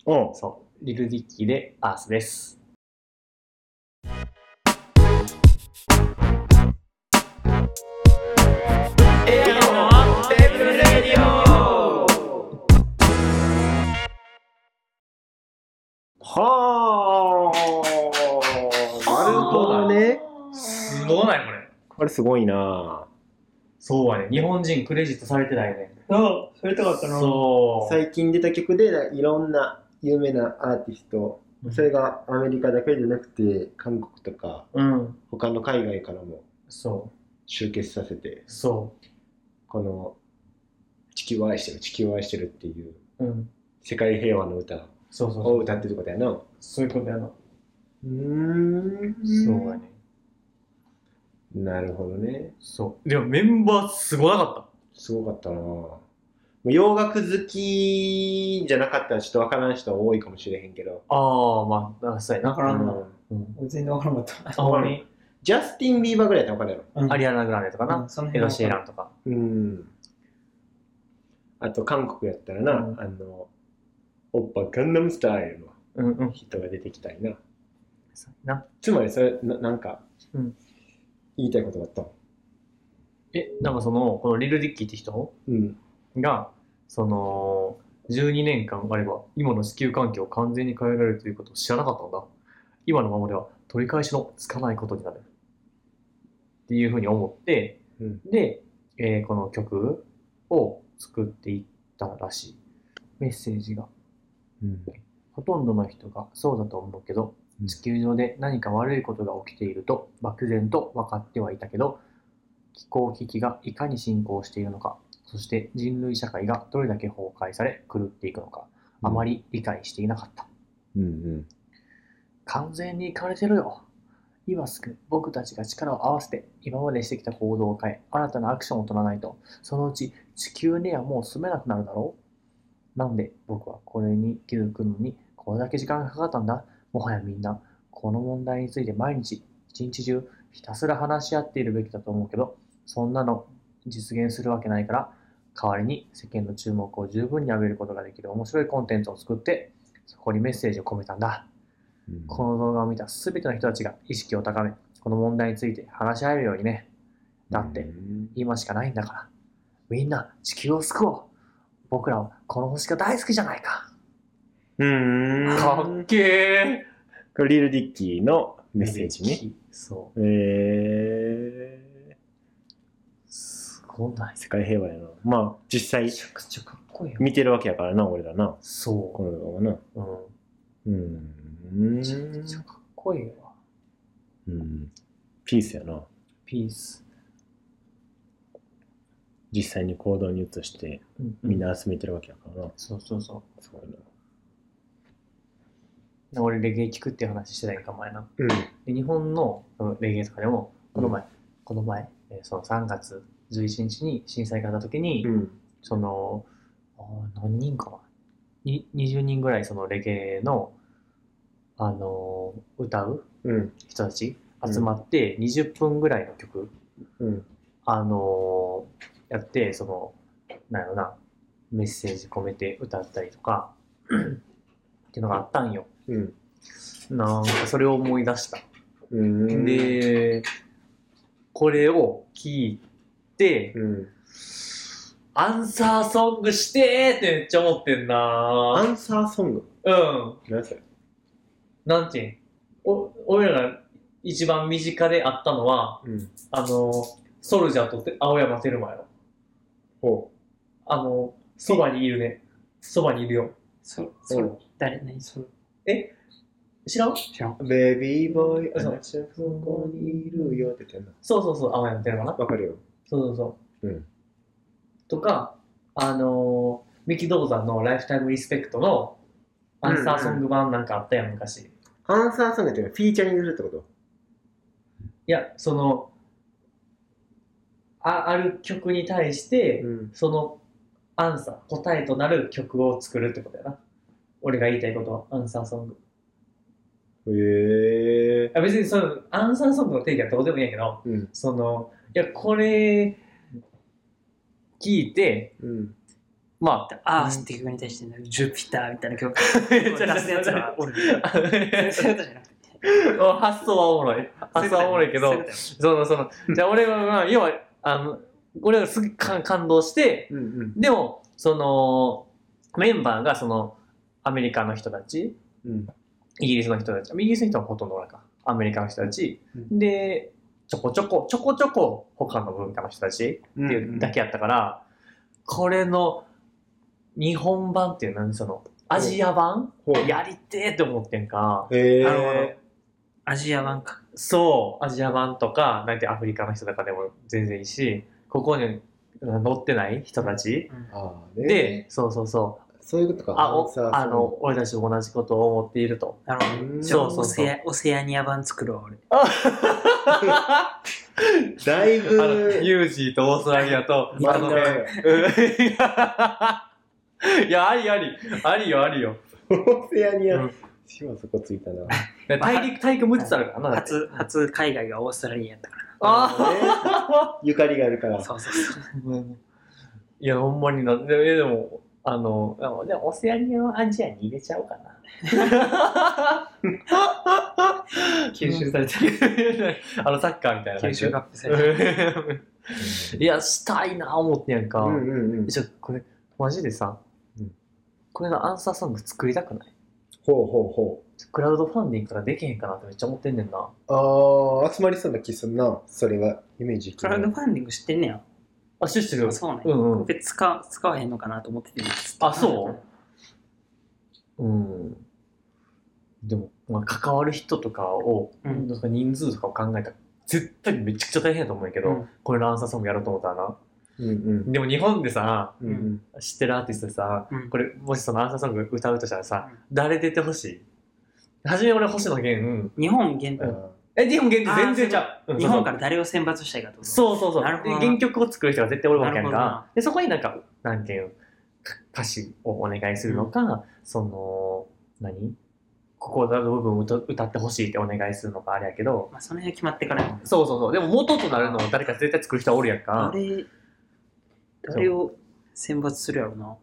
S1: お
S2: う。
S1: う
S2: そう。リルディッキーでアースです。
S3: ええ
S1: テーブルレディはあ。なるほどね。
S2: すごないこれ。
S1: これすごいな
S2: そうはね。日本人クレジットされてないね。
S3: あそれとかったな。
S2: そう。
S1: 最近出た曲でいろんな有名なアーティスト、それがアメリカだけじゃなくて、韓国とか、
S2: うん。
S1: 他の海外からも
S2: そ
S1: 集結させて、
S2: う。そ
S1: この地球を愛してる、地球を愛してるっていう
S2: う。うん。
S1: 世界平和の歌
S2: そうそう
S1: を
S2: そう。
S1: 歌ってることやな。う
S2: そういうことやな。
S1: ーん
S2: そうやね。
S1: なるほどね。
S2: そう。でもメンバーすごなか
S1: すごかったなぁもう洋楽好きじゃなかったらちょっとわからん人は多いかもしれへんけど。
S2: った。ああ、まあ、そうや
S4: わ
S2: な。
S4: からんな。
S2: うん。
S4: 全然わからなかった。
S2: あほんまに、
S1: ジャスティン・ビーバーぐらいやったらわかるやろ。
S4: うん
S2: アリアナ・グランデとか
S4: う
S2: な、
S4: んその
S2: エ
S4: 辺
S2: ド・
S4: は
S2: シーランとか。
S1: うん。あと韓国やったらな、
S2: うん
S1: あの、オッパガンダムスタイルの
S2: うんうん。
S1: 人が出てきたりな。
S2: そうやな。
S1: つまりそれ、ななんか、
S2: うん
S1: 言いたいことがあったの
S2: え、なんかその、このリル・ディッキーって人
S1: うん。
S2: が、その、12年間あれば、今の地球環境を完全に変えられるということを知らなかったんだ。今のままでは取り返しのつかないことになる。っていうふうに思って、
S1: うん
S2: で、えーこの曲を作っていったらしい。メッセージが。
S1: うん。
S2: ほとんどの人がそうだと思うけど
S1: うん、
S2: 地球上で何か悪いことが起きていると漠然と分かってはいたけど、気候危機がいかに進行しているのか、そして人類社会がどれだけ崩壊され狂っていくのか、あまり理解していなかった。
S1: うんうん。
S2: 完全にいかれてるよ。今すぐ僕たちが力を合わせて今までしてきた行動を変え新たなアクションを取らないとそのうち地球にはもう住めなくなるだろうなんで僕はこれに気づくのにこれだけ時間がかかったんだもはやみんなこの問題について毎日一日中ひたすら話し合っているべきだと思うけどそんなの実現するわけないから代わりに世間の注目を十分に浴びることができる面白いコンテンツを作ってそこにメッセージを込めたんだ
S1: うん
S2: この動画を見た全ての人たちが意識を高め、この問題について話し合えるようにね。だって
S1: うん
S2: 今しかないんだから。みんな地球を救おう。僕らはこの星が大好きじゃないか。
S1: うーん。
S2: けえ。
S1: これリル・ディッキーのメッセージね。。
S2: そ
S1: えー、
S2: う。すごない。め
S1: 世界平和やな。まあ、実際、
S2: ちゃくちゃかっこいいよ。
S1: 見てるわけやからな、俺らな。こ
S2: そ
S1: の動画な。
S2: う。う
S1: うー
S2: ん。
S1: ん
S2: めちゃくちゃかっこいいわ。
S1: うん。ピースやな。
S2: ピース。
S1: 実際に行動に移して、
S2: うん
S1: みん。な集めてるわけやからな。
S2: そうそうそ
S1: すごいな。
S2: う。俺レゲエ聞くっていう話してたやんか前な。
S1: うん。
S2: で日本のうんレゲエとかでもこの前、この前、えーその3月11日に震災があった時に、
S1: うん。
S2: そのあー何人かなに20人ぐらいそのレゲエの、あのー歌う
S1: うん。
S2: 人たち集まって20分ぐらいの曲、
S1: うん。
S2: あのーやってそのなんやろなメッセージ込めて歌ったりとかっていうのがあったんよ
S1: うん。
S2: なんかそれを思い出した
S1: うん。
S2: で、これを聞いて、
S1: うん。
S2: アンサーソングしてーってめっちゃ思ってん
S1: ア
S2: な
S1: ンサーソング。
S2: うん。
S1: 何それ
S2: なんていうんお、俺らが一番身近であったのは、
S1: うん。
S2: あの、ソルジャーとて青山テルマよ。
S1: ほ
S2: あの、そばにいるね。そばにいるよ。
S4: そ、
S1: う。
S4: それ、誰、何それ。
S2: 知らん
S4: 知らん。
S1: ベビーボーイ、あ
S2: あそう
S1: なたはここにいるよって言ってんな。
S2: そうそうそう、青山テルマな。
S1: わかるよ。
S2: そうそうそう。
S1: うん
S2: とか、あのー、ミキ・ドーザのライフタイムリスペクトのアンサーソング版なんかあったやん、昔。い
S1: アンサーソングっていうのはフィーチャリングするってこと
S2: や、その、あある曲に対して、
S1: ん。
S2: そのアンサー、答えとなる曲を作るってことやな。俺が言いたいことはアンサーソング。
S1: へえ。
S2: あ別にそのアンサーソングの定義はどうでもいいんやけど、
S1: うん。
S2: その、いや、これ、聞いて、
S1: うん。
S2: ま
S4: アースって曲に対してなんか、ジュピターみたいな曲を
S2: あ、め
S4: 出すやつ がおる。そういうことじゃなくて。
S2: 発想はおもろい。発想はおもろいけ
S4: そ
S2: ど
S4: う、うことや
S2: その、その、じゃあ俺は、まあ、要は、あの、俺はすぐ感感動して、
S1: うんうん。
S2: でも、その、メンバーが、その、アメリカの人たち、
S1: うん。
S2: イギリスの人たち、イギリスの人はほとんどおらんか、アメリカの人たち、
S1: うん
S2: で、ちょこちょこ、ちょこちょこ、他の文化の人たちっていうだけやったから、これの、日本版っていう、何その、アジア版
S1: ほう
S2: やりてーって思ってんか、
S1: へえ。
S4: なるアジア版か。
S2: そう、アジア版とか、なんてアフリカの人とかでも全然いいし、ここにうん乗ってない人たち。
S1: ああ、
S2: で、、そうそうそう。
S1: そういうことか。
S2: あ、お
S1: アンサーソング
S2: あの、俺たちと同じことを思っていると。
S4: なるほど。
S1: うん
S4: じゃあ
S2: そうそうそ
S4: オ
S2: う
S4: セアオセアニア版作ろう、俺。
S1: だいぶ
S2: あの、ユージーとオーストラリアと、
S1: ま
S2: あ
S1: と
S2: の
S1: め
S2: ね うんいや、ありあり。ありよ、ありよ。
S1: オセアニ
S2: う
S1: ア
S2: ん
S1: しかもそこついたな
S2: 大陸、大陸6つあるからな。だって
S4: 初、初海外がオーストラリアやったから。
S1: あゆかりがあるから
S4: そうそうそう。
S2: うんいや、ほんまにな。ででも、あの、でもでもオセアニアはアジアに入れちゃおうかな。吸収されてる。 あの、サッカーみたいな感
S4: 九
S2: じ
S4: 州
S2: で
S4: カップ戦。
S2: いや、したいな、思ってんやんか。
S1: うんうんうん
S2: ちょ、これ、マジでさ、
S1: うん
S2: これのアンサーソング作りたくない
S1: ほうほうほう
S2: クラウドファンディングとかできへんかなってめっちゃ思ってんねんな。
S1: あー集まりそうな気すんなそれはイメージ
S4: クラウドファンディング知ってんねや。
S2: あ、シュッシュ
S4: あ
S2: ル。
S4: そうね。
S2: うんうん。
S4: 別使わ使わへんのかなと思ってて。
S2: あそううん。でも、まあ、関わる人とかを、
S4: うん
S2: なんか人数とかを考えたら、絶対めちゃくちゃ大変やと思うんやけど、
S4: うん
S2: これのアンサーソングやろうと思ったらな。
S1: うんうん
S2: でも日本でさ、
S1: うんうん
S2: 知ってるアーティストでさ、
S4: うん
S2: これ、もしそのアンサーソング歌うとしたらさ、
S4: うん
S2: 誰出てほしい初め俺、星野源。
S4: 日本限
S1: あ
S4: 定。
S1: ー
S2: え、日本源って全然ちゃう。うん
S4: 日本から誰を選抜したいかってこと
S2: そうそうそう。
S4: なるほどな
S2: 原曲を作る人が絶対おるわけやん
S4: なるほど
S2: か
S4: な。
S2: で、そこになんか、なんていうか歌詞をお願いするのか、その、何ここの部分を歌歌ってほしいってお願いするのかあれやけど、
S4: まあ、その辺決まってからやもんね
S2: そうそうそう。でも元となるのを誰か絶対作る人はおるやんか。
S4: 誰、誰を選抜するやろな。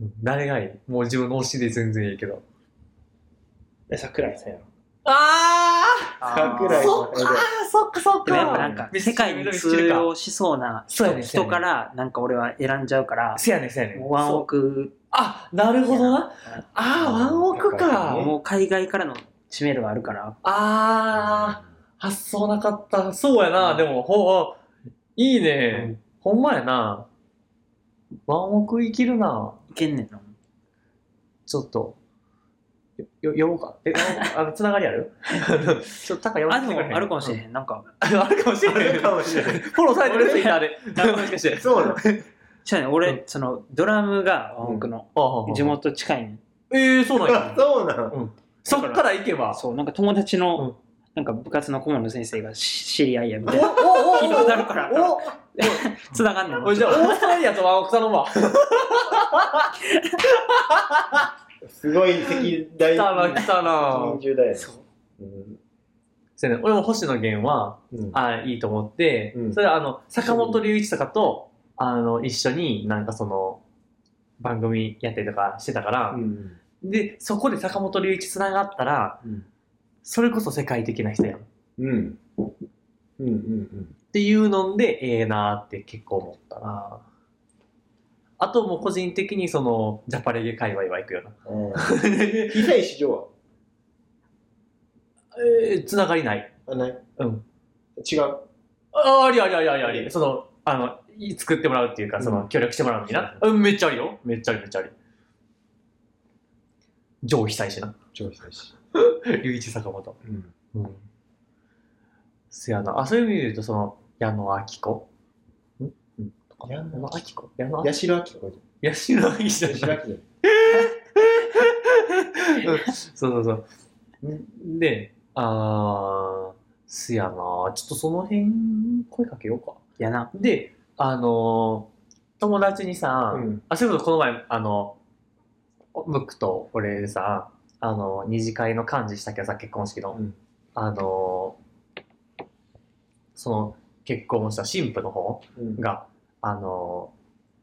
S2: うん誰がいいもう自分の推しで全然いいけど。
S1: え桜井さんやろ
S2: あ
S4: あー
S1: 桜井さん
S2: そっかーそっかそっ
S4: でもやっぱな
S2: か
S4: んか
S2: う、ん
S4: 世界に通用しそうな
S2: そうやね
S4: 人から、なんか俺は選んじゃうから、
S2: せやねんせやねん。
S4: もうワンオ
S2: そう
S4: ク、
S2: あ、なるほどな。あー、ワンオク
S1: そ
S2: か
S1: う。
S4: もう海外からの知名度があるから、
S2: あー。発想なかった。そうやな。でも、ほう、いいね。ほんまやな。ワンオク生きるな。
S4: いけんねんな。
S2: ちょっと。よ、よ、呼ぼうか。え、あの、つながりあるちょっと、たか呼ん
S4: あ、
S2: で
S4: で
S2: き
S4: も
S2: てくれへん
S4: あるかもしれへん。なんか、
S2: ん。あるかもしれ
S1: あ
S2: へん。
S1: るかもしれない
S2: フォローされてるツイッターで。もしかして。
S1: そうなの
S4: じゃあね、俺、その、ドラムがワンオクの地元近いねん。
S2: ええ、そうなん
S1: あ
S2: や。
S1: そうなの
S2: そっから行けば。
S4: そう、なんか友達
S2: う
S4: の
S2: ん、
S4: なんか部活の顧問の先生がし知り合いやみたい
S2: お
S4: な。
S2: お
S4: 聞いたことあるから
S2: お
S4: つながんねん。
S2: おおじゃあ、オーストラリアとワンオク頼むわ。
S1: すごい赤大
S2: 来たな、来たな
S1: 人。中だよね
S4: そう
S1: うん
S2: そうやね俺も星野源は、
S1: うん
S2: あいいと思って、
S1: うん
S2: それはあの坂本龍一とかとあの一緒になんかその番組やったりとかしてたから
S1: う、ん
S2: でそこで坂本龍一つながったら
S1: うん
S2: それこそ世界的な人やんっ
S1: うんうんうん
S2: ていうのでええなーって結構思ったなあともう個人的にそのジャパレゲ界隈は行くよな
S1: うんあー被災市場は
S2: えーつながりない
S1: あない
S2: うん
S1: 違う
S2: あありありありありありそのあのい作ってもらうっていうかその協力してもらうのにな、うん、めっちゃありよめっちゃありめっちゃあり上被災しな
S1: 超被災市
S2: 龍一坂本。
S1: うん
S2: うん。せやな。あ、そういう意味で言うと、その、矢野明子。んうん。
S1: 矢野
S2: 明子矢野
S1: 八代亜紀子じ
S2: 矢代亜紀
S1: ゃ
S2: じ
S1: ん
S2: ゃ
S1: 八代
S2: な
S1: 亜
S2: い。
S1: 紀じゃん
S2: うんそうそうそう。んで、あー、せやな。ちょっとその辺、声かけようか。
S4: いやな。
S2: で、あのー友達にさ、
S1: うん
S2: あ、それこそこの前、あの、ムックと俺でさ、あの、二次会の幹事したけどさ、結婚式の。
S1: うん
S2: あのーその、結婚した新婦の方
S1: うん
S2: が、あの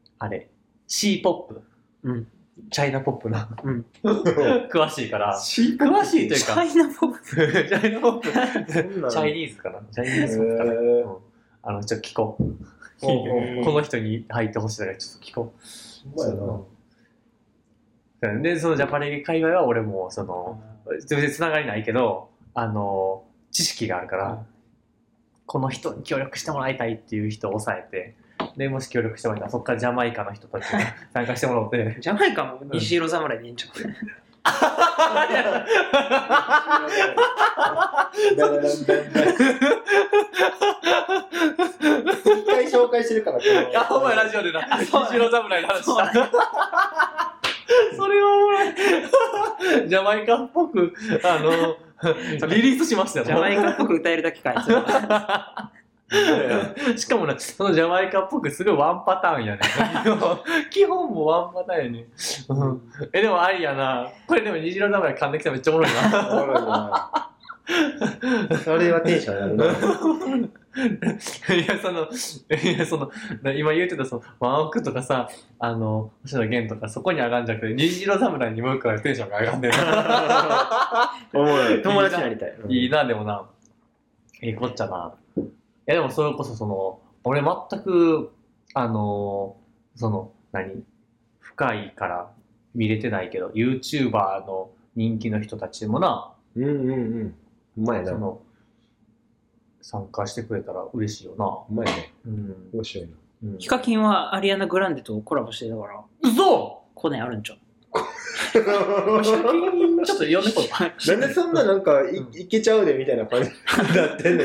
S2: ーあれ、シーポップ。
S4: うん
S2: チャイナポップな。
S4: うん
S2: 詳しいから。詳しいとい
S4: チ
S2: うか
S4: ャ、イナポップ。
S2: チャイナポッ
S1: そ
S2: プ。
S1: んなの
S2: チャイニーズかな。チャイニーズポップかな。
S1: へー
S2: あの、ちょっと聞こう。
S1: ほうほうほう
S2: この人に入ってほしいから、ちょっと聞こう。
S1: ほんまやな
S2: で、そのジャパネリ界隈は俺も、その、全然つながりないけど、あの、知識があるから、
S4: うん
S2: この人に協力してもらいたいっていう人を抑えて、で、もし協力してもらえたら、そっからジャマイカの人たちに 参加してもらおうっ
S4: 。
S2: て
S4: ジャマイカも西色侍でいいんちゃう
S1: だんだんだんだん一回紹介してるからこの
S2: いや、お前ラジオでな、
S4: そう
S2: 西野侍の話した。それはおもろい。ジャマイカっぽく、あ の、リリースしましたよ。
S4: ジャマイカっぽく歌えるだけかい。それは
S2: しかもね、そのジャマイカっぽくすごいワンパターン やね。基本もワンパターンやね。うん、え、でもありやな。これでも虹色名前噛んできたらめっちゃおもろい な。
S1: おもろいなそれはテンション上がるな。
S2: いや、その、いや、その、な今言うてた、その、ワンオクとかさ、あの、星野源とか、そこに上がんじゃなくて、虹色侍に向くからテンションが上がんねんな
S1: おもろい。友達になりたい。
S2: いいな、でもな。ええこっちゃな。いや、でもそれこそその、俺全く、あのーその、何深いから見れてないけど、YouTuber の人気の人たちもな、
S1: うんうんうん。うまいな。
S2: そうの、参加してくれたら嬉しいよ
S1: まいね。
S2: な。うん。
S1: 面白いな。
S2: うん、
S4: ヒカキンはアリアナ・グランデとコラボしてたから、
S2: 嘘
S4: コネあるんちゃう
S2: ヒカキン、ちょっと呼んでこ い。
S1: なんでそんななんかい
S2: うん
S1: いけちゃうでみたいな感じになってんの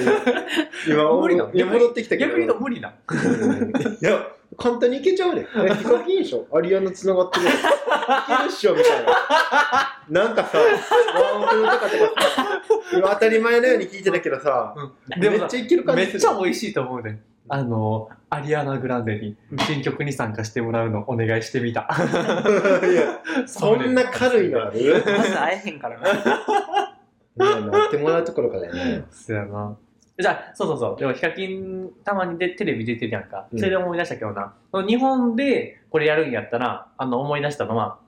S1: 今今
S2: 無理なの
S1: いや戻ってきたけど
S2: 逆に言うと無理な。
S1: うんいや簡単にいけちゃうでヒカキンでしょアリアナつながってるいけるっしょみたいななんかさワンオクの高とかさ今当たり前のように聞いてたけどさ
S2: うん、で
S1: め
S2: も
S1: っち
S2: さ
S1: ゃいける感じ
S2: め
S1: す
S2: っ
S1: る
S2: ちゃ美味しいと思うね。あの、アリアナ・グランデに新曲に参加してもらうのお願いしてみた。
S1: いや そんな軽いのある
S4: まず会えへんからな。
S1: やってもらうところからやね
S2: そうやな。じゃあ、そうそうそう。でも、ヒカキン、たまにでテレビ出てるやんか。
S1: うん
S2: それで思い出したけどな。その日本でこれやるんやったら、あの、思い出したのは、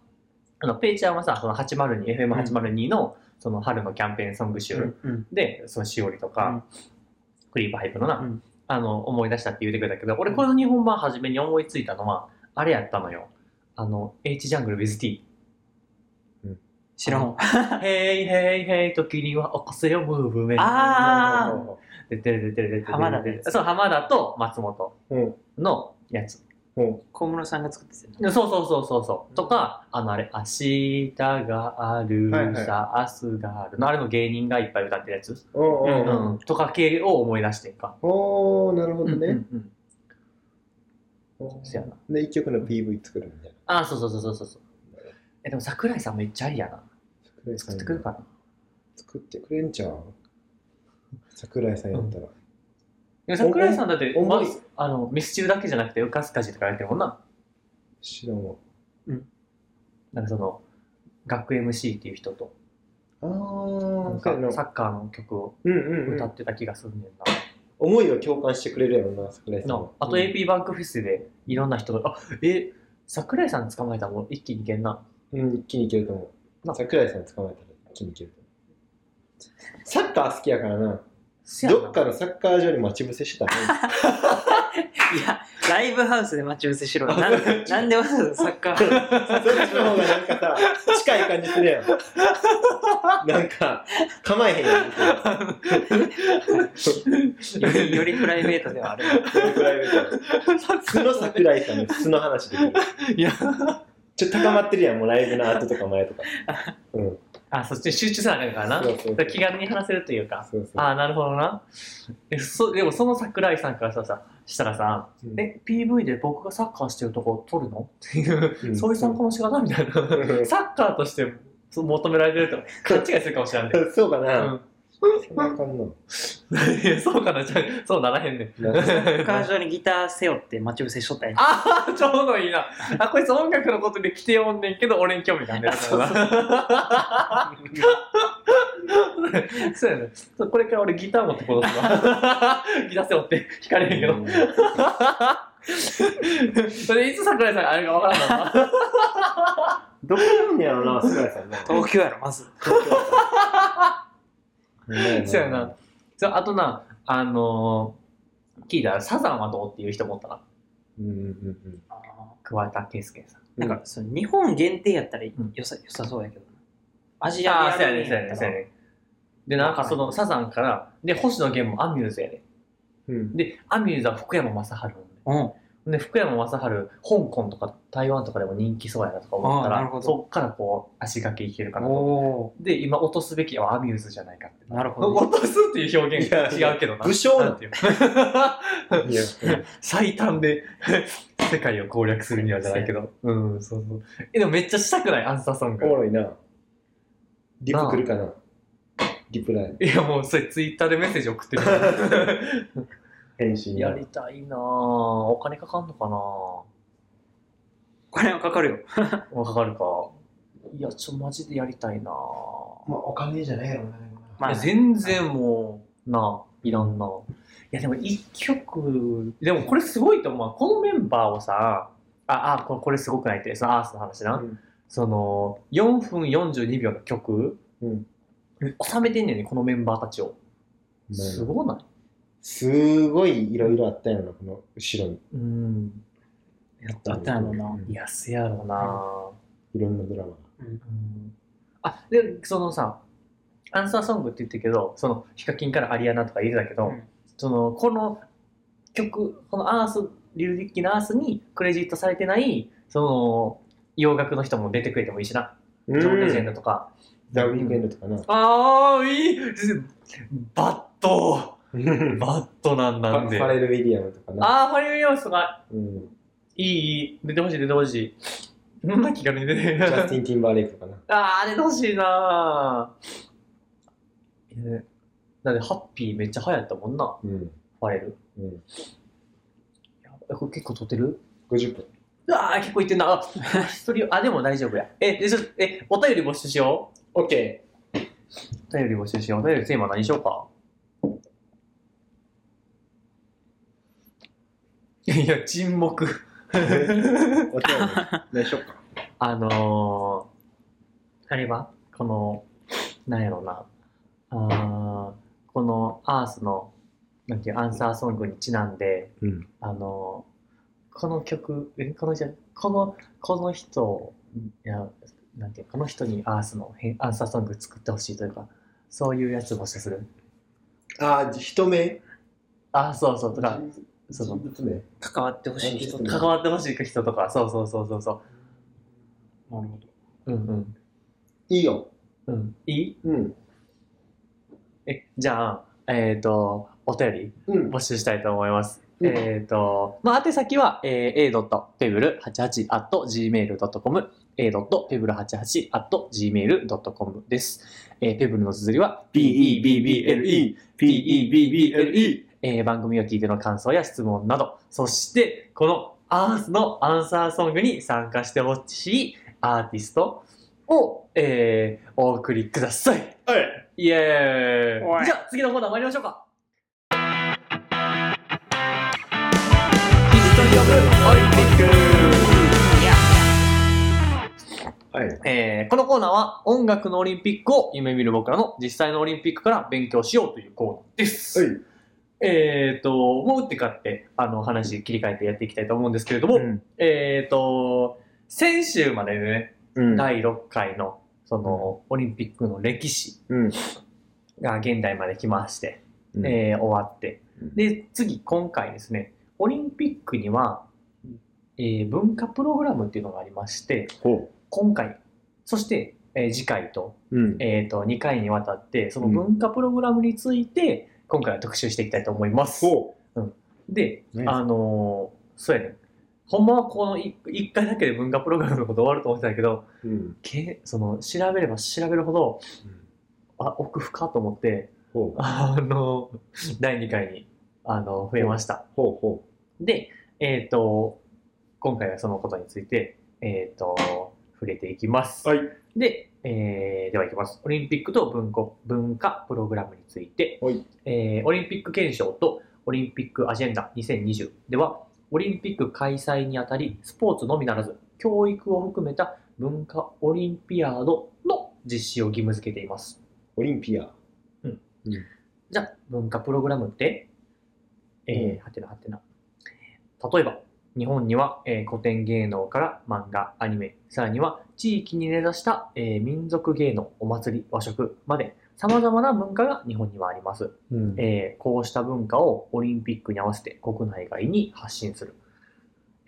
S2: あの、ペイちゃんはさ、その802、FM802 の、その春のキャンペーンソング集。
S4: うん
S2: で、そのしおりとか、クリーパーハイプのな、
S4: うん
S2: あの、思い出したって言うてくれたけど、俺この日本版初めに思いついたのは、あれやったのよ。あの、H ジャングル WithT。
S4: 知らんわ。
S2: ヘイヘイヘイ時には起こせよムーブメント。
S4: あー
S2: でてれでてれでてれでてれ
S4: 浜田のやつ
S2: そう、浜田と松本
S1: うん
S2: のやつ。
S4: 小室さんが作ってたよ
S2: そうそうそうそうそう。とか、あのあれ、明日がある
S1: はいはい
S2: さ、明日があるの。あれの芸人がいっぱい歌ってるやつ。
S1: おうおうおう
S2: うん。とか系を思い出してんか。
S1: おーなるほど
S2: うん
S1: ね。
S2: うんうん。そうやな。
S1: で、一曲の PV 作るみたいな。
S2: あ、そうそうそうそうそうそう。え、でも桜井さんめっちゃありやな。作ってくるかな。
S1: 作ってくれんちゃう桜井さんやったら。
S2: でも桜井さんだって、
S1: おお
S2: まあの、ミスチルだけじゃなくて、ウカスカジとかやってるもんな。
S1: 知らんわ。
S2: なんかその、学 MC っていう人と、
S1: あ
S2: な
S1: ー
S2: ん
S1: そ
S2: か
S1: うやな
S2: サッカーの曲を
S1: うんうんう
S2: 歌
S1: ん
S2: っ。てた気がするねんな。
S1: 思いを共感してくれるやろな、桜井さんは
S2: の。あと AP バンクフェスでいろんな人が、あえ桜井さん捕まえたらもう一気にいけんな。
S1: うん、一気にいけると思う。
S2: な
S1: 桜井さん捕まえたら一気にいけると思う。サッカー好きやからな。
S2: せやな
S1: どっかのサッカー場に待ち伏せしてたね。
S4: いや、ライブハウスで待ち伏せしろ。なんなんでわざわざサッカー。
S1: そっちの方がなんかさ、近い感じするやん。 なんか、構えへんやん。
S4: よりよりプライベートではあ る。
S1: それくらいみたいな素の桜井さんの素の話できる。
S2: いや、
S1: ちょっと高まってるやん、もうライブの後とか前とか。うん。
S2: あ、そっちに集中さなあかんからな。
S1: そうそうそう
S2: だから気軽に話せるというか。
S1: そうそう。
S2: ああ、なるほどな。えそでもその桜井さんからさ、さしたらさ、
S1: うん
S2: え、PV で僕がサッカーしてるとこ撮るのっていう、
S1: うん
S2: そういう参考の仕方みたいな。サッカーとしてそう求められてると勘違いするかもしれない。
S1: そうか
S2: う
S1: な。
S2: ん
S1: そんなあかんな。
S2: いや そうかな、じゃあそうならへんねん。
S1: な
S4: サッカー場にギター背負って待ち伏せしとったやん。
S2: あ あ、ちょうどいいな。あ、こいつ音楽のことで来ておんねんけど、俺に興味ないんだよな。
S4: そう
S2: そうやね。そうこれから俺ギター持ってこよう すわ。ギター背負って弾かれへんけど。 それいつ桜井さんがあれかわからんないな。
S1: どこ読んねやろな、菅井さん な。
S4: 東京やろ、まず。
S2: そうやな。。そうあとな、あのー聞いたらサザンはどうっていう人もおったな。
S1: うんうんうん
S2: 桑田佳祐さん。
S4: なんか、その日本限定やったらよさよさそうやけどな。アジア
S2: ー
S4: でやるんやったら
S2: ね。で、なんかそのサザンから、で、星野源もアミューズやね。
S1: うん。
S2: で、アミューズは福山雅治なんで。
S4: うん。
S2: で福山雅治香港とか台湾とかでも人気そうやなとか思った
S4: あーなる
S2: ら
S4: ほど
S2: そっからこう足掛けいけるかなと
S4: お
S2: で今落とすべきはアミューズじゃないかって
S4: ーなるほどね。
S2: 落とすっていう表現
S1: いや
S2: 違うけどな
S1: 武将
S2: なんていうの
S1: いや、
S2: 最短で世界を攻略するにはじゃないけどうんそうそうえでもめっちゃしたくないアンサーソン
S1: おも
S2: グ
S1: ろいな。リプ来るかなリプライ。
S2: いやもうそれツイッターでメッセージ送ってる
S1: 返信。
S2: やりたいなぁお金かかんのかな
S4: これはかかるよ。
S2: ぁもうかかるかいやちょマジでやりたい
S1: ま
S2: なぁ
S1: あ、お金じゃないやろな。
S4: まあ
S2: いや全然もうなあいろんな、いやでも一曲でもこれすごいと思うこのメンバーをさああこれこれすごくないってそのアースの話な、
S1: うん
S2: その4分42秒の曲、
S1: うん
S2: 収めてんねんねこのメンバーたちをすごない
S1: すごいいろいろあったよな、この後ろに。
S2: うんやった
S4: あったやろな
S1: うん
S2: いやせやろうな、
S1: いろんなドラマが。
S2: うんあでそのさアンサーソングって言ってるけどそのヒカキンからアリアナとか言ってたけど、
S4: うん
S2: そのこの曲このアースリルリッキーのアースにクレジットされてないその洋楽の人も出てくれてもいいしな、ジョン・レジェンドとか
S1: ダウンウィークエンドとかな。
S2: ああいいバットバットなん
S1: フ
S2: な
S1: ァ
S2: ん
S1: フ
S2: で
S1: ァレル・ウィリアムとかな。
S2: ああファリー・ウィリアムスとか
S1: うん
S2: いいいい出てほしい出てほしい そんな気軽に出て
S1: ジャスティン・ティンバーレイクとかな。
S2: あー、出てほしいなぁ。えだってハッピーめっちゃ流行ったもんな、
S1: うん。
S2: ファレル。
S1: うん。
S2: やばいこれ結構撮ってる
S1: 50分。
S2: うわー、結構いってんな。あ一人、あ、でも大丈夫や。え、でちょえ、お便り募集しよう。
S1: オッケ
S2: お便り募集しよう。お便りテーマ何しようか。いや、沈黙。
S1: ー。お手紙。何しよっか。
S2: あのー、あれはこの、なんやろな、あーこのアースの、なんていう、アンサーソングにちなんで、
S1: うん
S2: あのー、この曲、えこのじゃ、この、この人を、いや、なんていう、この人にアースのへんアンサーソング作ってほしいというか、そういうやつ募集する。
S1: あー、人目
S2: あー、そうそう、とか、そ
S1: 人
S2: の、
S1: 物目
S4: 関わってほしい人と
S1: うん
S2: 関わってほしい人とか、そうそうそうそうそう。
S4: なるほど。
S2: うんうん。
S1: いいよ。
S2: うん。いい
S1: うん。
S2: え、じゃあ、えっ、と、お便り
S1: うん。
S2: 募集したいと思います。
S1: うん
S2: えっ、と、まあ、宛先は、えー、a.pebble88.gmail.com a.pebble88.gmail.com です。えー、ペブルの綴りは p-e-b-b-l-e p-e-b-b-l-e えー、番組を聞いての感想や質問など、そして、このアースのアンサーソングに参加してほしいアーティストを、えー、お送りください。イエー
S4: お
S2: イ
S4: い
S2: じゃあ次のコーナー参りましょうか
S1: はい。
S2: えーこのコーナーは音楽のオリンピックを夢見る僕らの実際のオリンピックから勉強しようというコーナーです。
S1: はい
S2: えっ、と、もう打って変わって、あの、話切り替えてやっていきたいと思うんですけれども、
S1: ん。
S2: えっ、と、先週まででね、
S1: うん。
S2: 第6回の、その、オリンピックの歴史
S1: うん。
S2: が現代まで来まして、
S1: うん
S2: えー終わって
S1: うん。
S2: で、次、今回ですね、オリンピックには、えー文化プログラムっていうのがありまして、
S1: ほ
S2: 今回、そして、えー次回と、
S1: う。うん。
S2: えーと、2回にわたって、その文化プログラムについて、今回は特集していきたいと思います。
S1: ほ
S2: で、
S1: う。ね
S2: あのーそうやね。ほんまはこの1回だけで文化プログラムのこと終わると思ってたけど、
S1: うん。
S2: けその調べれば調べるほど、あ、奥深と思って、
S1: ほう。
S2: あの、第2回に、あの、増えました。
S1: ほうほ
S2: で、えっ、と、今回はそのことについて、えっ、と、触れていきます。
S1: はい
S2: で、えーではいきます。オリンピックと文庫文化プログラムについて、
S1: はい
S2: えーオリンピック憲章とオリンピックアジェンダ2020では、オリンピック開催にあたり、スポーツのみならず、教育を含めた文化オリンピアードの実施を義務付けています。
S1: う。オリンピア。
S2: じゃあ、文化プログラムって、えー、はてなはてな。例えば、日本には、えー古典芸能から漫画、アニメ、さらには地域に根ざした、えー民族芸能、お祭り、和食まで、様々な文化が日本にはあります。
S1: うん
S2: えーこうした文化をオリンピックに合わせて国内外に発信する。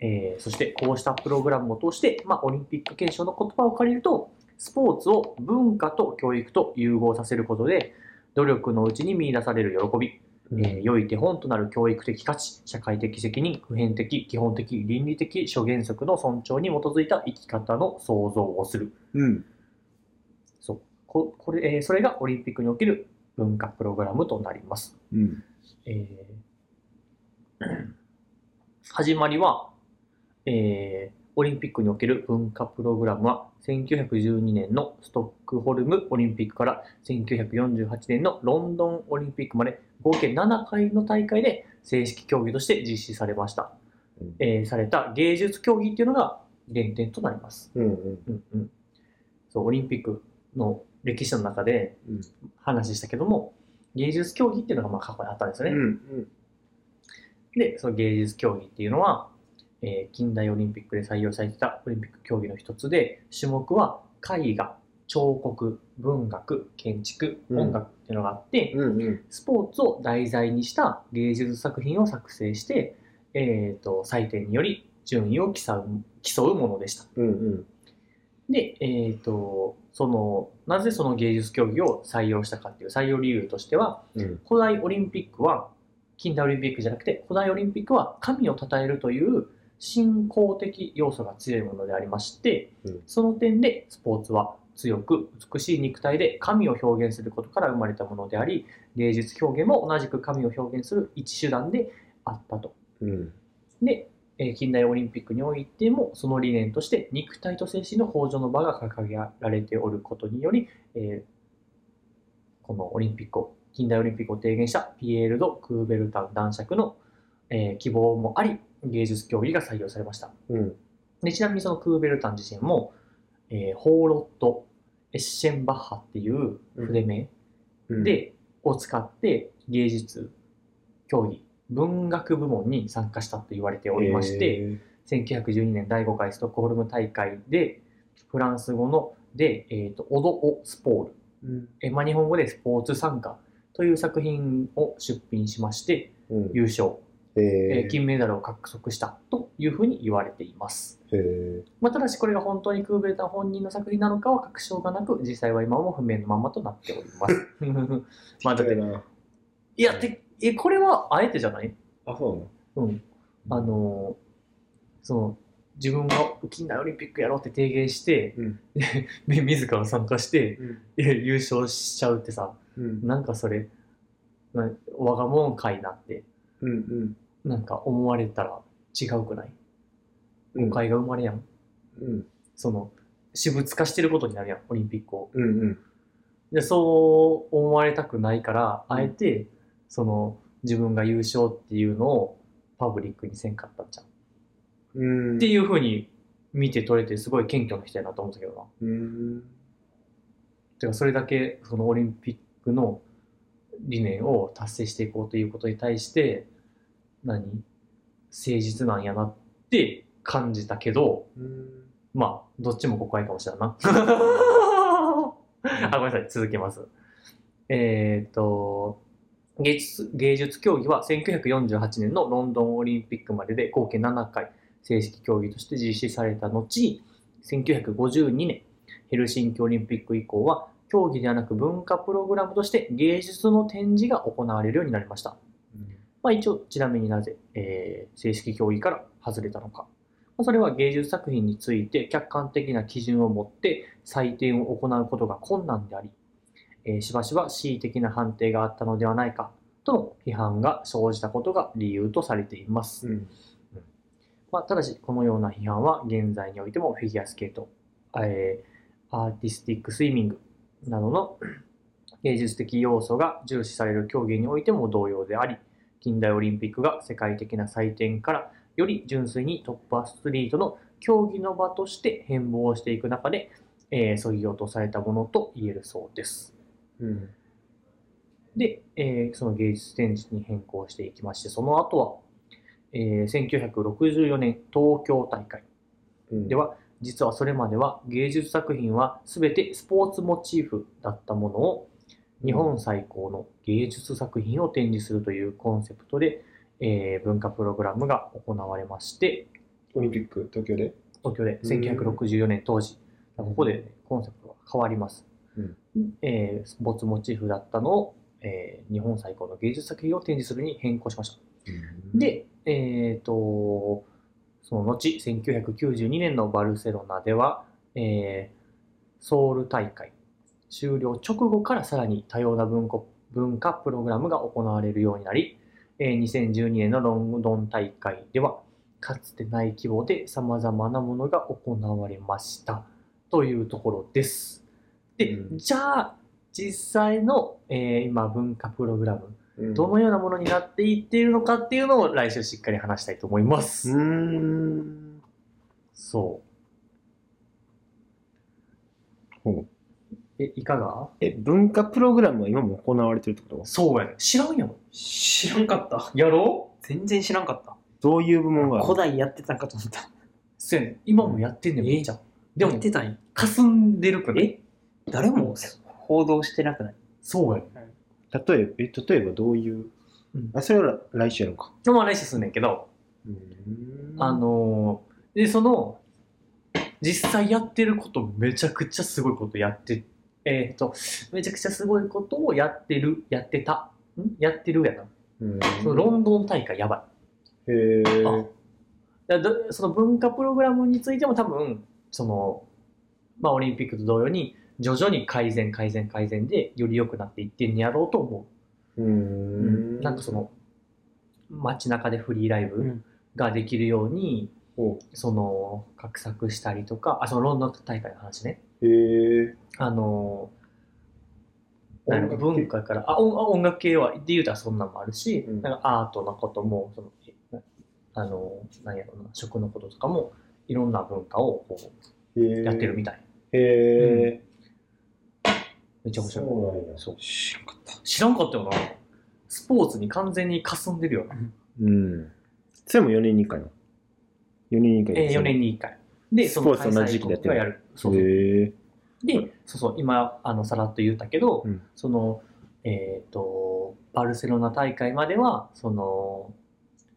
S2: えーそしてこうしたプログラムを通して、まあ、オリンピック憲章の言葉を借りると、スポーツを文化と教育と融合させることで、努力のうちに見出される喜び、えー良い手本となる教育的価値、社会的責任、普遍的、基本的、倫理的諸原則の尊重に基づいた生き方の創造をする。
S1: うん。
S2: そう。ここれ、えーそれがオリンピックにおける文化プログラムとなります。
S1: うん。
S2: えー 始まりは、えーオリンピックにおける文化プログラムは1912年のストックホルムオリンピックから1948年のロンドンオリンピックまで合計7回の大会で正式競技として実施されました、
S1: うん
S2: えーされた芸術競技っていうのが原点となります
S1: うんうん。
S2: うんうん、そうオリンピックの歴史の中で
S1: うん
S2: 話したけども、芸術競技っていうのがまあ過去にあったんですよ
S1: う
S2: ね、
S1: ん
S2: でその芸術競技っていうのは、えー近代オリンピックで採用されてたオリンピック競技の一つで種目は絵画彫刻文学建築
S1: うん
S2: 音楽っていうのがあって、
S1: うんうんうん
S2: スポーツを題材にした芸術作品を作成して、えー、と採点により順位を競う競うものでした
S1: うん
S2: で、えー、とそのなぜその芸術競技を採用したかっていう採用理由としては
S1: うん
S2: 古代オリンピックは近代オリンピックじゃなくて古代オリンピックは神を称えるという信仰的要素が強いものでありまして、
S1: うん
S2: その点でスポーツは強く美しい肉体で神を表現することから生まれたものであり芸術表現も同じく神を表現する一手段であったと。
S1: うん
S2: で、えー近代オリンピックにおいてもその理念として肉体と精神の向上の場が掲げられておることにより、えーこのオリンピックを近代オリンピックを提言したピエール・ド・クーベルタン男爵の、えー希望もあり芸術競技が採用されました
S1: うん
S2: でちなみにそのクーベルタン自身も、えーホーロット・エッシェンバッハっていう筆名、
S1: うん、
S2: で、を使って芸術競技文学部門に参加したと言われておりまして、
S1: え
S2: 1912年第5回ストックホルム大会でフランス語ので、えーとオド・オ・スポール、
S1: ーうん
S2: えーまあ、日本語でスポーツ参加という作品を出品しまして
S1: うん
S2: 優勝、
S1: えー
S2: えー金メダルを獲得したというふうに言われています、
S1: えー
S2: まあ、ただしこれが本当にクーベルタン本人の作品なのかは確証がなく実際は今も不明のままとなっておりますまあだって
S1: ない
S2: や、てえこれはあえてじゃない
S1: あそうなの
S2: うん。あのーその、自分が近代オリンピックやろうって提言して、
S1: うん
S2: み自ら参加して、いや優勝しちゃうってさ、
S1: うん
S2: なんかそれ、な我がもんかいなって、
S1: うん
S2: なんか思われたら違うくない
S1: うん
S2: 誤解が生まれやん。
S1: うん
S2: その、私物化してることになるやん、オリンピックを。
S1: うんうん
S2: でそう思われたくないからあえてその自分が優勝っていうのをパブリックにせんかったんじゃん、
S1: うん
S2: っていうふうに見て取れてすごい謙虚な人やなと思ったけどな
S1: うん
S2: てかそれだけそのオリンピックの理念を達成していこうということに対して何誠実なんやなって感じたけど
S1: うん
S2: まあどっちも誤解かもしれんなあ、ごめんなさい、続けます。えっ、と、芸術、芸術競技は1948年のロンドンオリンピックまでで合計7回正式競技として実施された後、1952年ヘルシンキオリンピック以降は競技ではなく文化プログラムとして芸術の展示が行われるようになりました。まあ、一応、ちなみになぜ、えー正式競技から外れたのか。まあそれは芸術作品について客観的な基準を持って採点を行うことが困難であり、えーしばしば恣意的な判定があったのではないかとの批判が生じたことが理由とされています。
S1: うん
S2: まあ、ただし、このような批判は現在においてもフィギュアスケート、えーアーティスティックスイミングなどの 芸術的要素が重視される競技においても同様であり、近代オリンピックが世界的な祭典からより純粋にトップアスリートの競技の場として変貌していく中で、えー、削ぎ落とされたものと言えるそうです。
S1: うん
S2: で、えーその芸術展示に変更していきまして、その後は、えー1964年東京大会。
S1: うん
S2: では実はそれまでは芸術作品は全てスポーツモチーフだったものを日本最高の芸術作品を展示するというコンセプトで、えー文化プログラムが行われまして
S1: オリンピック東京で
S2: 東京で1964年当時ここでコンセプトが変わります、
S1: うん
S2: えースポーツモチーフだったのを、えー日本最高の芸術作品を展示するに変更しましたで、えっ、と、その後、1992年のバルセロナでは、えーソウル大会、終了直後からさらに多様な文庫文化プログラムが行われるようになり、えー2012年のロンドン大会ではかつてない規模でさまざまなものが行われましたというところです。で、
S1: うん
S2: じゃあ実際の、えー今文化プログラム
S1: うん
S2: どのようなものになっていっているのかっていうのを来週しっかり話したいと思います。
S1: うーん。
S2: そ
S1: ほう
S2: う。え、いかが
S1: え、文化プログラムは今も行われてるってこと
S2: そうやね。知らんやん。
S4: 知らんかった。
S2: やろう
S4: 全然知らんかった。
S1: どういう部門があ
S4: 古
S1: る
S4: 代やってたんかと思った。
S2: せやねん今もやってんねん、
S4: うん
S2: めっちゃ。で
S4: や
S2: も
S4: っ、てたんや。
S2: 霞んでるくない
S4: え誰も報道してなくない
S2: そうやねん。
S1: 例えば、え例えばどういう、
S2: うん
S1: あ、それは来週やるのか。
S2: でも来週すんねんけど、あのー、で、その、実際やってることめちゃくちゃすごいことやって、えっ、と、めちゃくちゃすごいことをやってる、やってた。んやってるやな。
S1: うん、
S2: そのロンドン大会やばい。
S1: へえ。
S2: あだどその文化プログラムについても多分その、まあ、オリンピックと同様に徐々に改善改善改善でより良くなっていってんやろうと思
S1: う
S2: う、
S1: ん
S2: なんかそ、の街中でフリーライ
S4: う
S2: ブ
S4: ん
S2: ができるように、
S1: お
S2: その画策したりとかあそのロンドン大会の話ね
S1: へえ。
S2: あのなんか
S1: 音楽
S2: 文化からあ音あ音楽系はで言うたらそんなんもあるし、
S1: うん
S2: なんかアートのこともそのえなあのなんやろうな食のこととかもいろんな文化をこう
S1: へー
S2: やってるみたい。
S1: へえ。
S2: めっちゃ面白い。
S1: そうなんや
S2: そう
S4: 知らんかった。
S2: 知らんかったよな。スポーツに完全に霞んでるよな。
S1: うん。それも4年に1回な。4年に1回
S2: えー、4年に1回。で、
S1: スポーツと同じ時期でやってる
S2: 開催国がやる。そうそう。
S1: へえ。
S2: で、そうそう、今、あの、さらっと言ったけど、
S1: うん
S2: その、えっ、と、バルセロナ大会までは、その、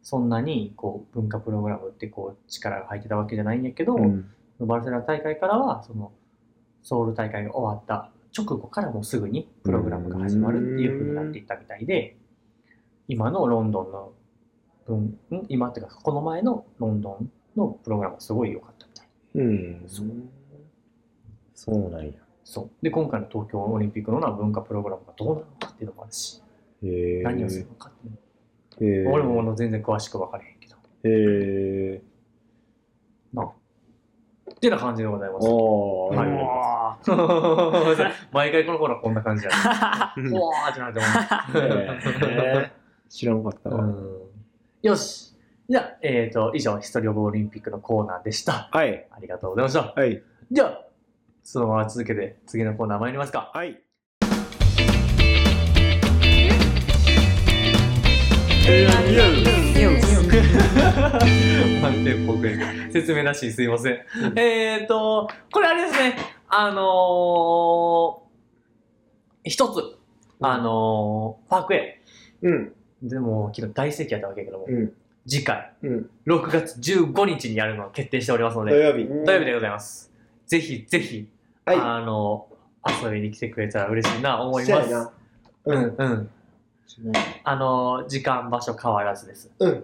S2: そんなに、こう、文化プログラムって、こう、力が入ってたわけじゃないんやけど、
S1: うん
S2: バルセロナ大会からは、その、ソウル大会が終わった直後からもうすぐにプログラムが始まるっていう風になっていったみたいで、今のロンドンの文、ん今っていうか、この前のロンドンのプログラムはすごい良かったみたい。
S1: うん。
S2: そう
S1: そうなんや。
S2: そう。で、今回の東京オリンピックのような文化プログラムがどうなのかっていうのもあるし、
S1: へえ。
S2: 何をするのかってい
S1: へー
S2: うのも俺もあの全然詳しく分からへんけど。
S1: へえ。
S2: ってな感じでございます。
S1: おー。
S2: は
S1: ないるほど
S4: も
S2: 毎回この頃はこんな感じやね。
S1: うん
S2: ほわーってなっ てます。
S1: へー知らんかった
S2: う
S1: わ。
S2: んよし。じゃあ、えっ、と、以上、ヒストリオブオリンピックのコーナーでした。
S1: はい。
S2: ありがとうございました。
S1: はい。
S2: じゃあ、そのまま続けて、次のコーナー参ります か。
S1: はい。
S2: 判定僕説明なしにすいません。えっと、これあれですね、あのー、一つ、あのー、パークウェ
S1: うん。
S2: イ。でも、昨日大盛況やったわけやけども、
S1: うん。
S2: 次回、
S1: うん。
S2: 6月15日にやるのを決定しておりますの
S1: 土
S2: で、
S1: 曜日。
S2: 土曜日でございます。ぜひぜひ、
S1: はい
S2: あの、遊びに来てくれたら嬉しいな、思い
S1: そ
S2: ま
S1: うや
S2: す
S1: な。
S2: うんう
S1: う
S2: ん。
S1: ん。
S2: あの、時間、場所変わらずです。
S1: うん。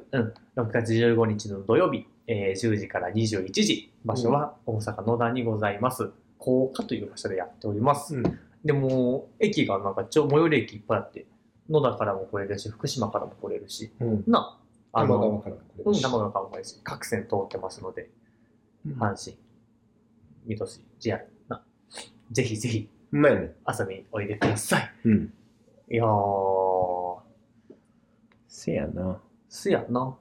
S2: 6月15日の土曜日、えー10時から21時、場所は大阪野田にございます。高架という場所でやっております。
S1: うん
S2: でも、駅がなんか、ちょ最寄り駅いっぱいあって、野田からも来れるし、福島からも来れるし、
S1: うん。
S2: な、あ
S1: 玉
S2: の、
S1: 川から来
S2: う
S1: る
S2: ん、
S1: し
S2: 生の顔もいいし、各線通ってますので、阪神、水戸市、JR な、ぜひぜひ
S1: うまいね。
S2: 遊びにおいでください。
S1: うん。
S2: いやー、
S1: せやな。
S2: すやな。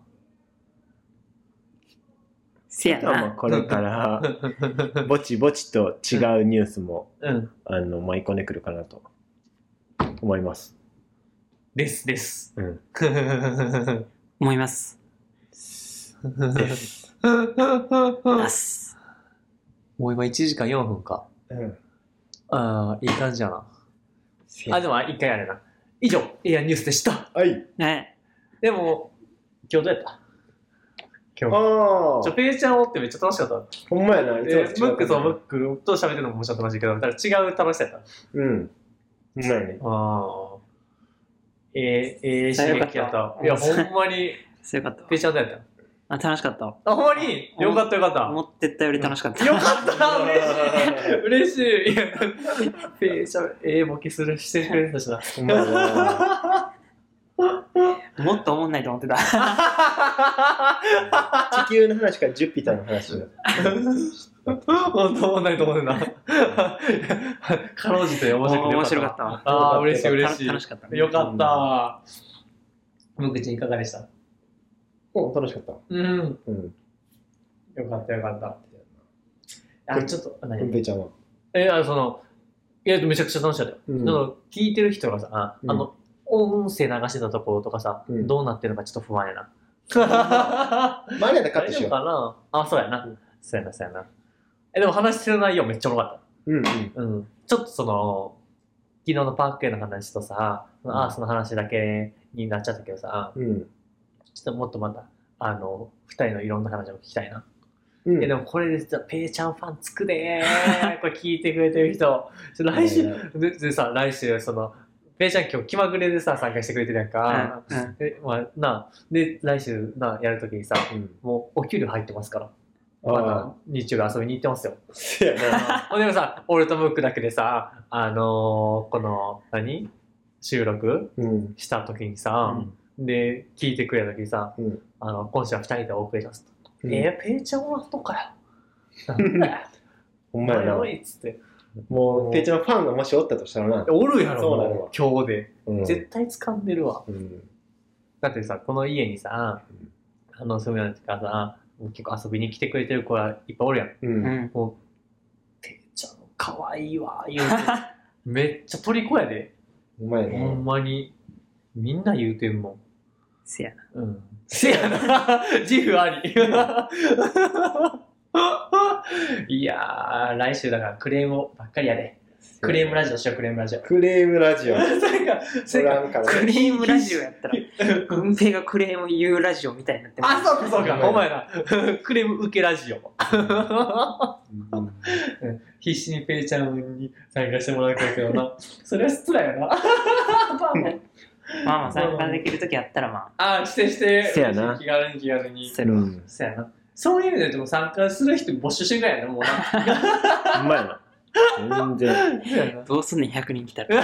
S4: せや
S1: じゃあまあ
S4: な。
S1: これから
S2: うん
S1: ぼちぼちと違うニュースも、
S2: うん、
S1: あの舞い込んでくるかなと思います。
S2: ですです。
S1: うん。
S4: 思います。ます。
S2: もう今1時間4分か。
S1: うん。
S2: ああ、いい感じやな。あ、でも1回あれな。以上、エアニュースでした。
S1: はい。
S4: ね。
S2: でも、今日どうやった
S1: あ
S2: 今日。
S1: あ
S2: ちょ、。ペイちゃんおってめっちゃ楽しかった。
S1: ほんまやな。いつもと違う
S2: えームックとムックと喋ってるのも面白かったらしいけど、ただ違う楽しさやった。
S1: うん。うまいね。
S2: ああ。ええええ
S4: さ
S2: 刺
S4: よかった
S2: 激やった。いや、ほんまに、
S4: 強かったわ
S2: ペ。チャーだやった。
S4: あ楽しかったわ
S2: あ、ほんまによかったよかった。
S4: 思ってったより楽しかった、
S2: よかった 嬉しい嬉しいいや、ペーシャル、 ええボケするしてくれたしな。
S1: ほんまやな
S4: もっと思んないと思ってた
S1: 地球の話からジュピターの話だ
S2: 本当 もんないと思う な。かろうじて面白くて
S4: 面白かったわ
S2: ああ、嬉しい嬉
S4: 楽
S2: し
S4: 楽しかった、
S2: い。よかった。むくちんいかがでした
S1: うん楽しかった
S2: うん。
S1: うん
S2: よかったよかった。あ、ちょっと、
S1: くん
S2: 何
S1: ぺいちゃんは
S2: え、あの、その、いや、めちゃくちゃ楽しかったよ。
S1: うん
S2: その、聞いてる人がさ、あ
S1: うん
S2: あの、音声流してたところとかさ、
S1: うん
S2: どうなってるのかちょっと不安やな。
S1: マリアで カッ
S2: 大
S1: ト
S2: 丈
S1: し
S2: 夫
S1: よ
S2: かなあ、そうやな。
S1: うん
S2: そうやな、そうやな。え、でも話してる内容めっちゃおもろかっ
S1: ううんうん
S2: た。うん。ちょっとその、昨日のパークへの話とさ、そのアースの話だけになっちゃったけどさ、
S1: うん
S2: ちょっともっとまた、あの、二人のいろんな話も聞きたいな。
S1: うん
S2: いやでもこれでさ、ペイちゃんファンつくでー。これ聞いてくれてる人。ちょ来週、ででさ、来週、その、ペイちゃん今日気まぐれでさ、参加してくれてるやんか。
S4: うんうん
S2: え、まあ、なあ、で、来週、なあ、やるときにさ、もうお給料入ってますから。ま
S1: ああ
S2: だ日曜日遊びに行ってますよ。
S1: せやな
S2: ほんでもさ、俺とムックだけでさ、あのーこの、何収録
S1: うん
S2: した時にさ、で、聞いてくれた時にさ、
S1: うん
S2: あの、今週は二人でお送りしますと。
S1: うん
S2: えー、ペイちゃんはと かよ。なんだよ。
S1: ほん まやな
S2: おいおいっつって。
S1: もうペイちゃんのファンがもしおったとしたらな
S2: おるやろ、
S1: そうなの
S2: もう今日で。
S1: うん
S2: 絶対掴んでるわ。
S1: うん
S2: だってさ、この家にさ、あの、住むような時からさ、結構遊びに来てくれてる子がいっぱいおるやん。
S1: うん
S4: う
S1: うん
S4: ん
S2: もう、ペイちゃん可愛いわ、 言うて。めっちゃ虜やで。
S1: ほんまや
S2: ほ
S1: な
S2: んまに、みんな言うてんも。
S4: せやなん
S2: うん。せやな、 自負あり。いやー、来週だからクレームばっかりやで。クレームラジオしよう、クレームラジオ。
S1: クレームラジオ
S2: それか、そ
S1: お
S2: れから
S1: んから
S4: クレームラジオやったら軍兵がクレーム言うラジオみたいになって
S2: あ、
S4: ます
S2: そうかそうか、ほんまやな。クレーム受けラジオ。
S1: うん
S2: 必死にペイちゃんに参加してもらうけどな。それは失礼やな。
S4: まあまあ参加できる時やったらま
S2: あー、してして。
S1: せやな
S2: 気軽に気軽に
S4: あ。せるわ
S2: そやな。そういう意味ででも参加する人募集してるぐらいやな、もうな。
S1: ほんまやな全然
S2: そうやな
S4: どうすんねん100人来たら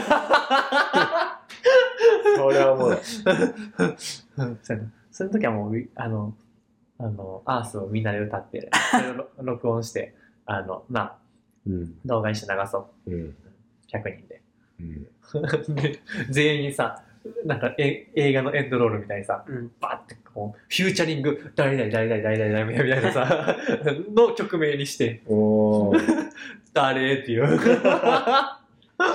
S1: それは思う
S2: うんそうやな。その時はもう、うあの、あの、アースをみんなで歌って、それをろ録音して、あの、な、
S1: うん
S2: 動画にして流そう。
S1: うん
S2: 100人で。
S1: うん
S2: で全員さ、なんかえ映画のエンドロールみたいにさ、
S4: うん
S2: バッてこう、フューチャリング、誰々、誰々、誰々、誰々みたいなさ、の曲名にして、
S1: おー
S2: 誰っていう。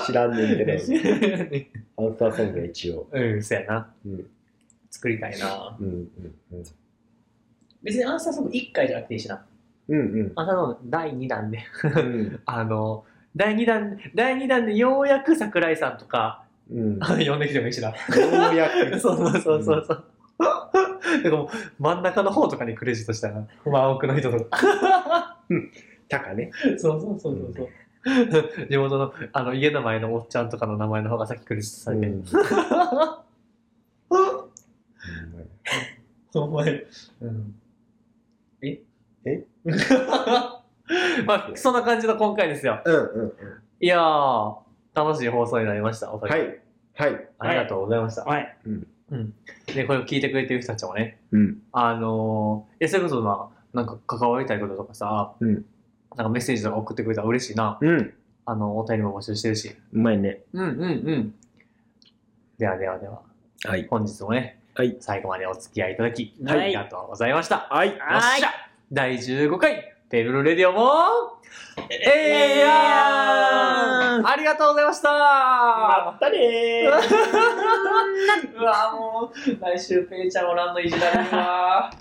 S1: 知らんねんけど、
S2: う
S1: アンサーソングは一応。
S2: ん、 そうやな。
S1: うん。
S2: 作りたいな。
S1: うん。うん。
S2: 別にアンサーソング1回じゃなくていいしな。
S1: うん。
S2: アンサーソング第2弾で
S1: うん。
S2: あの、第2弾、第二弾でようやく桜井さんとか、
S1: うん。よ
S2: 呼んできてもいいしな。
S1: うやく。
S2: そうそうそうそうそう。でも、真ん中の方とかにクレジットしたら、まあ、奥の人とか。
S1: たかね。
S2: そうそうそうそうそう。地元のあの家の前のおっちゃんとかの名前の方がさっきクレジットさ
S1: う
S2: れてる。
S1: ん。
S2: お前。うん。え
S1: え
S2: まあ、そんな感じの今回ですよ。
S1: うん。うん。
S2: いやー、楽しい放送になりました。おかげ
S1: は
S2: で
S1: い。はい。
S2: ありがとうございました。
S4: はい
S2: で、これを聞いてくれてる人たちもね、
S1: うん。
S2: あのー、いや、それこそまあ、なんか関わりたいこととかさ、
S1: うん
S2: なんかメッセージとか送ってくれたら嬉しいな。
S1: うん。う
S2: あの、お便りも募集してるし。
S1: まいね。
S2: うんうんうん。ではではでは、
S1: はい。
S2: 本日もね、
S1: はい
S2: 最後までお付き合いいただき、
S4: はい
S2: ありがとうございました。
S1: はい。
S2: よっしゃ第15回、ペルロレディオも、ええやんありがとうございました
S1: まったねー。
S2: うわもう来週ペイちゃんおらんのいじられるわ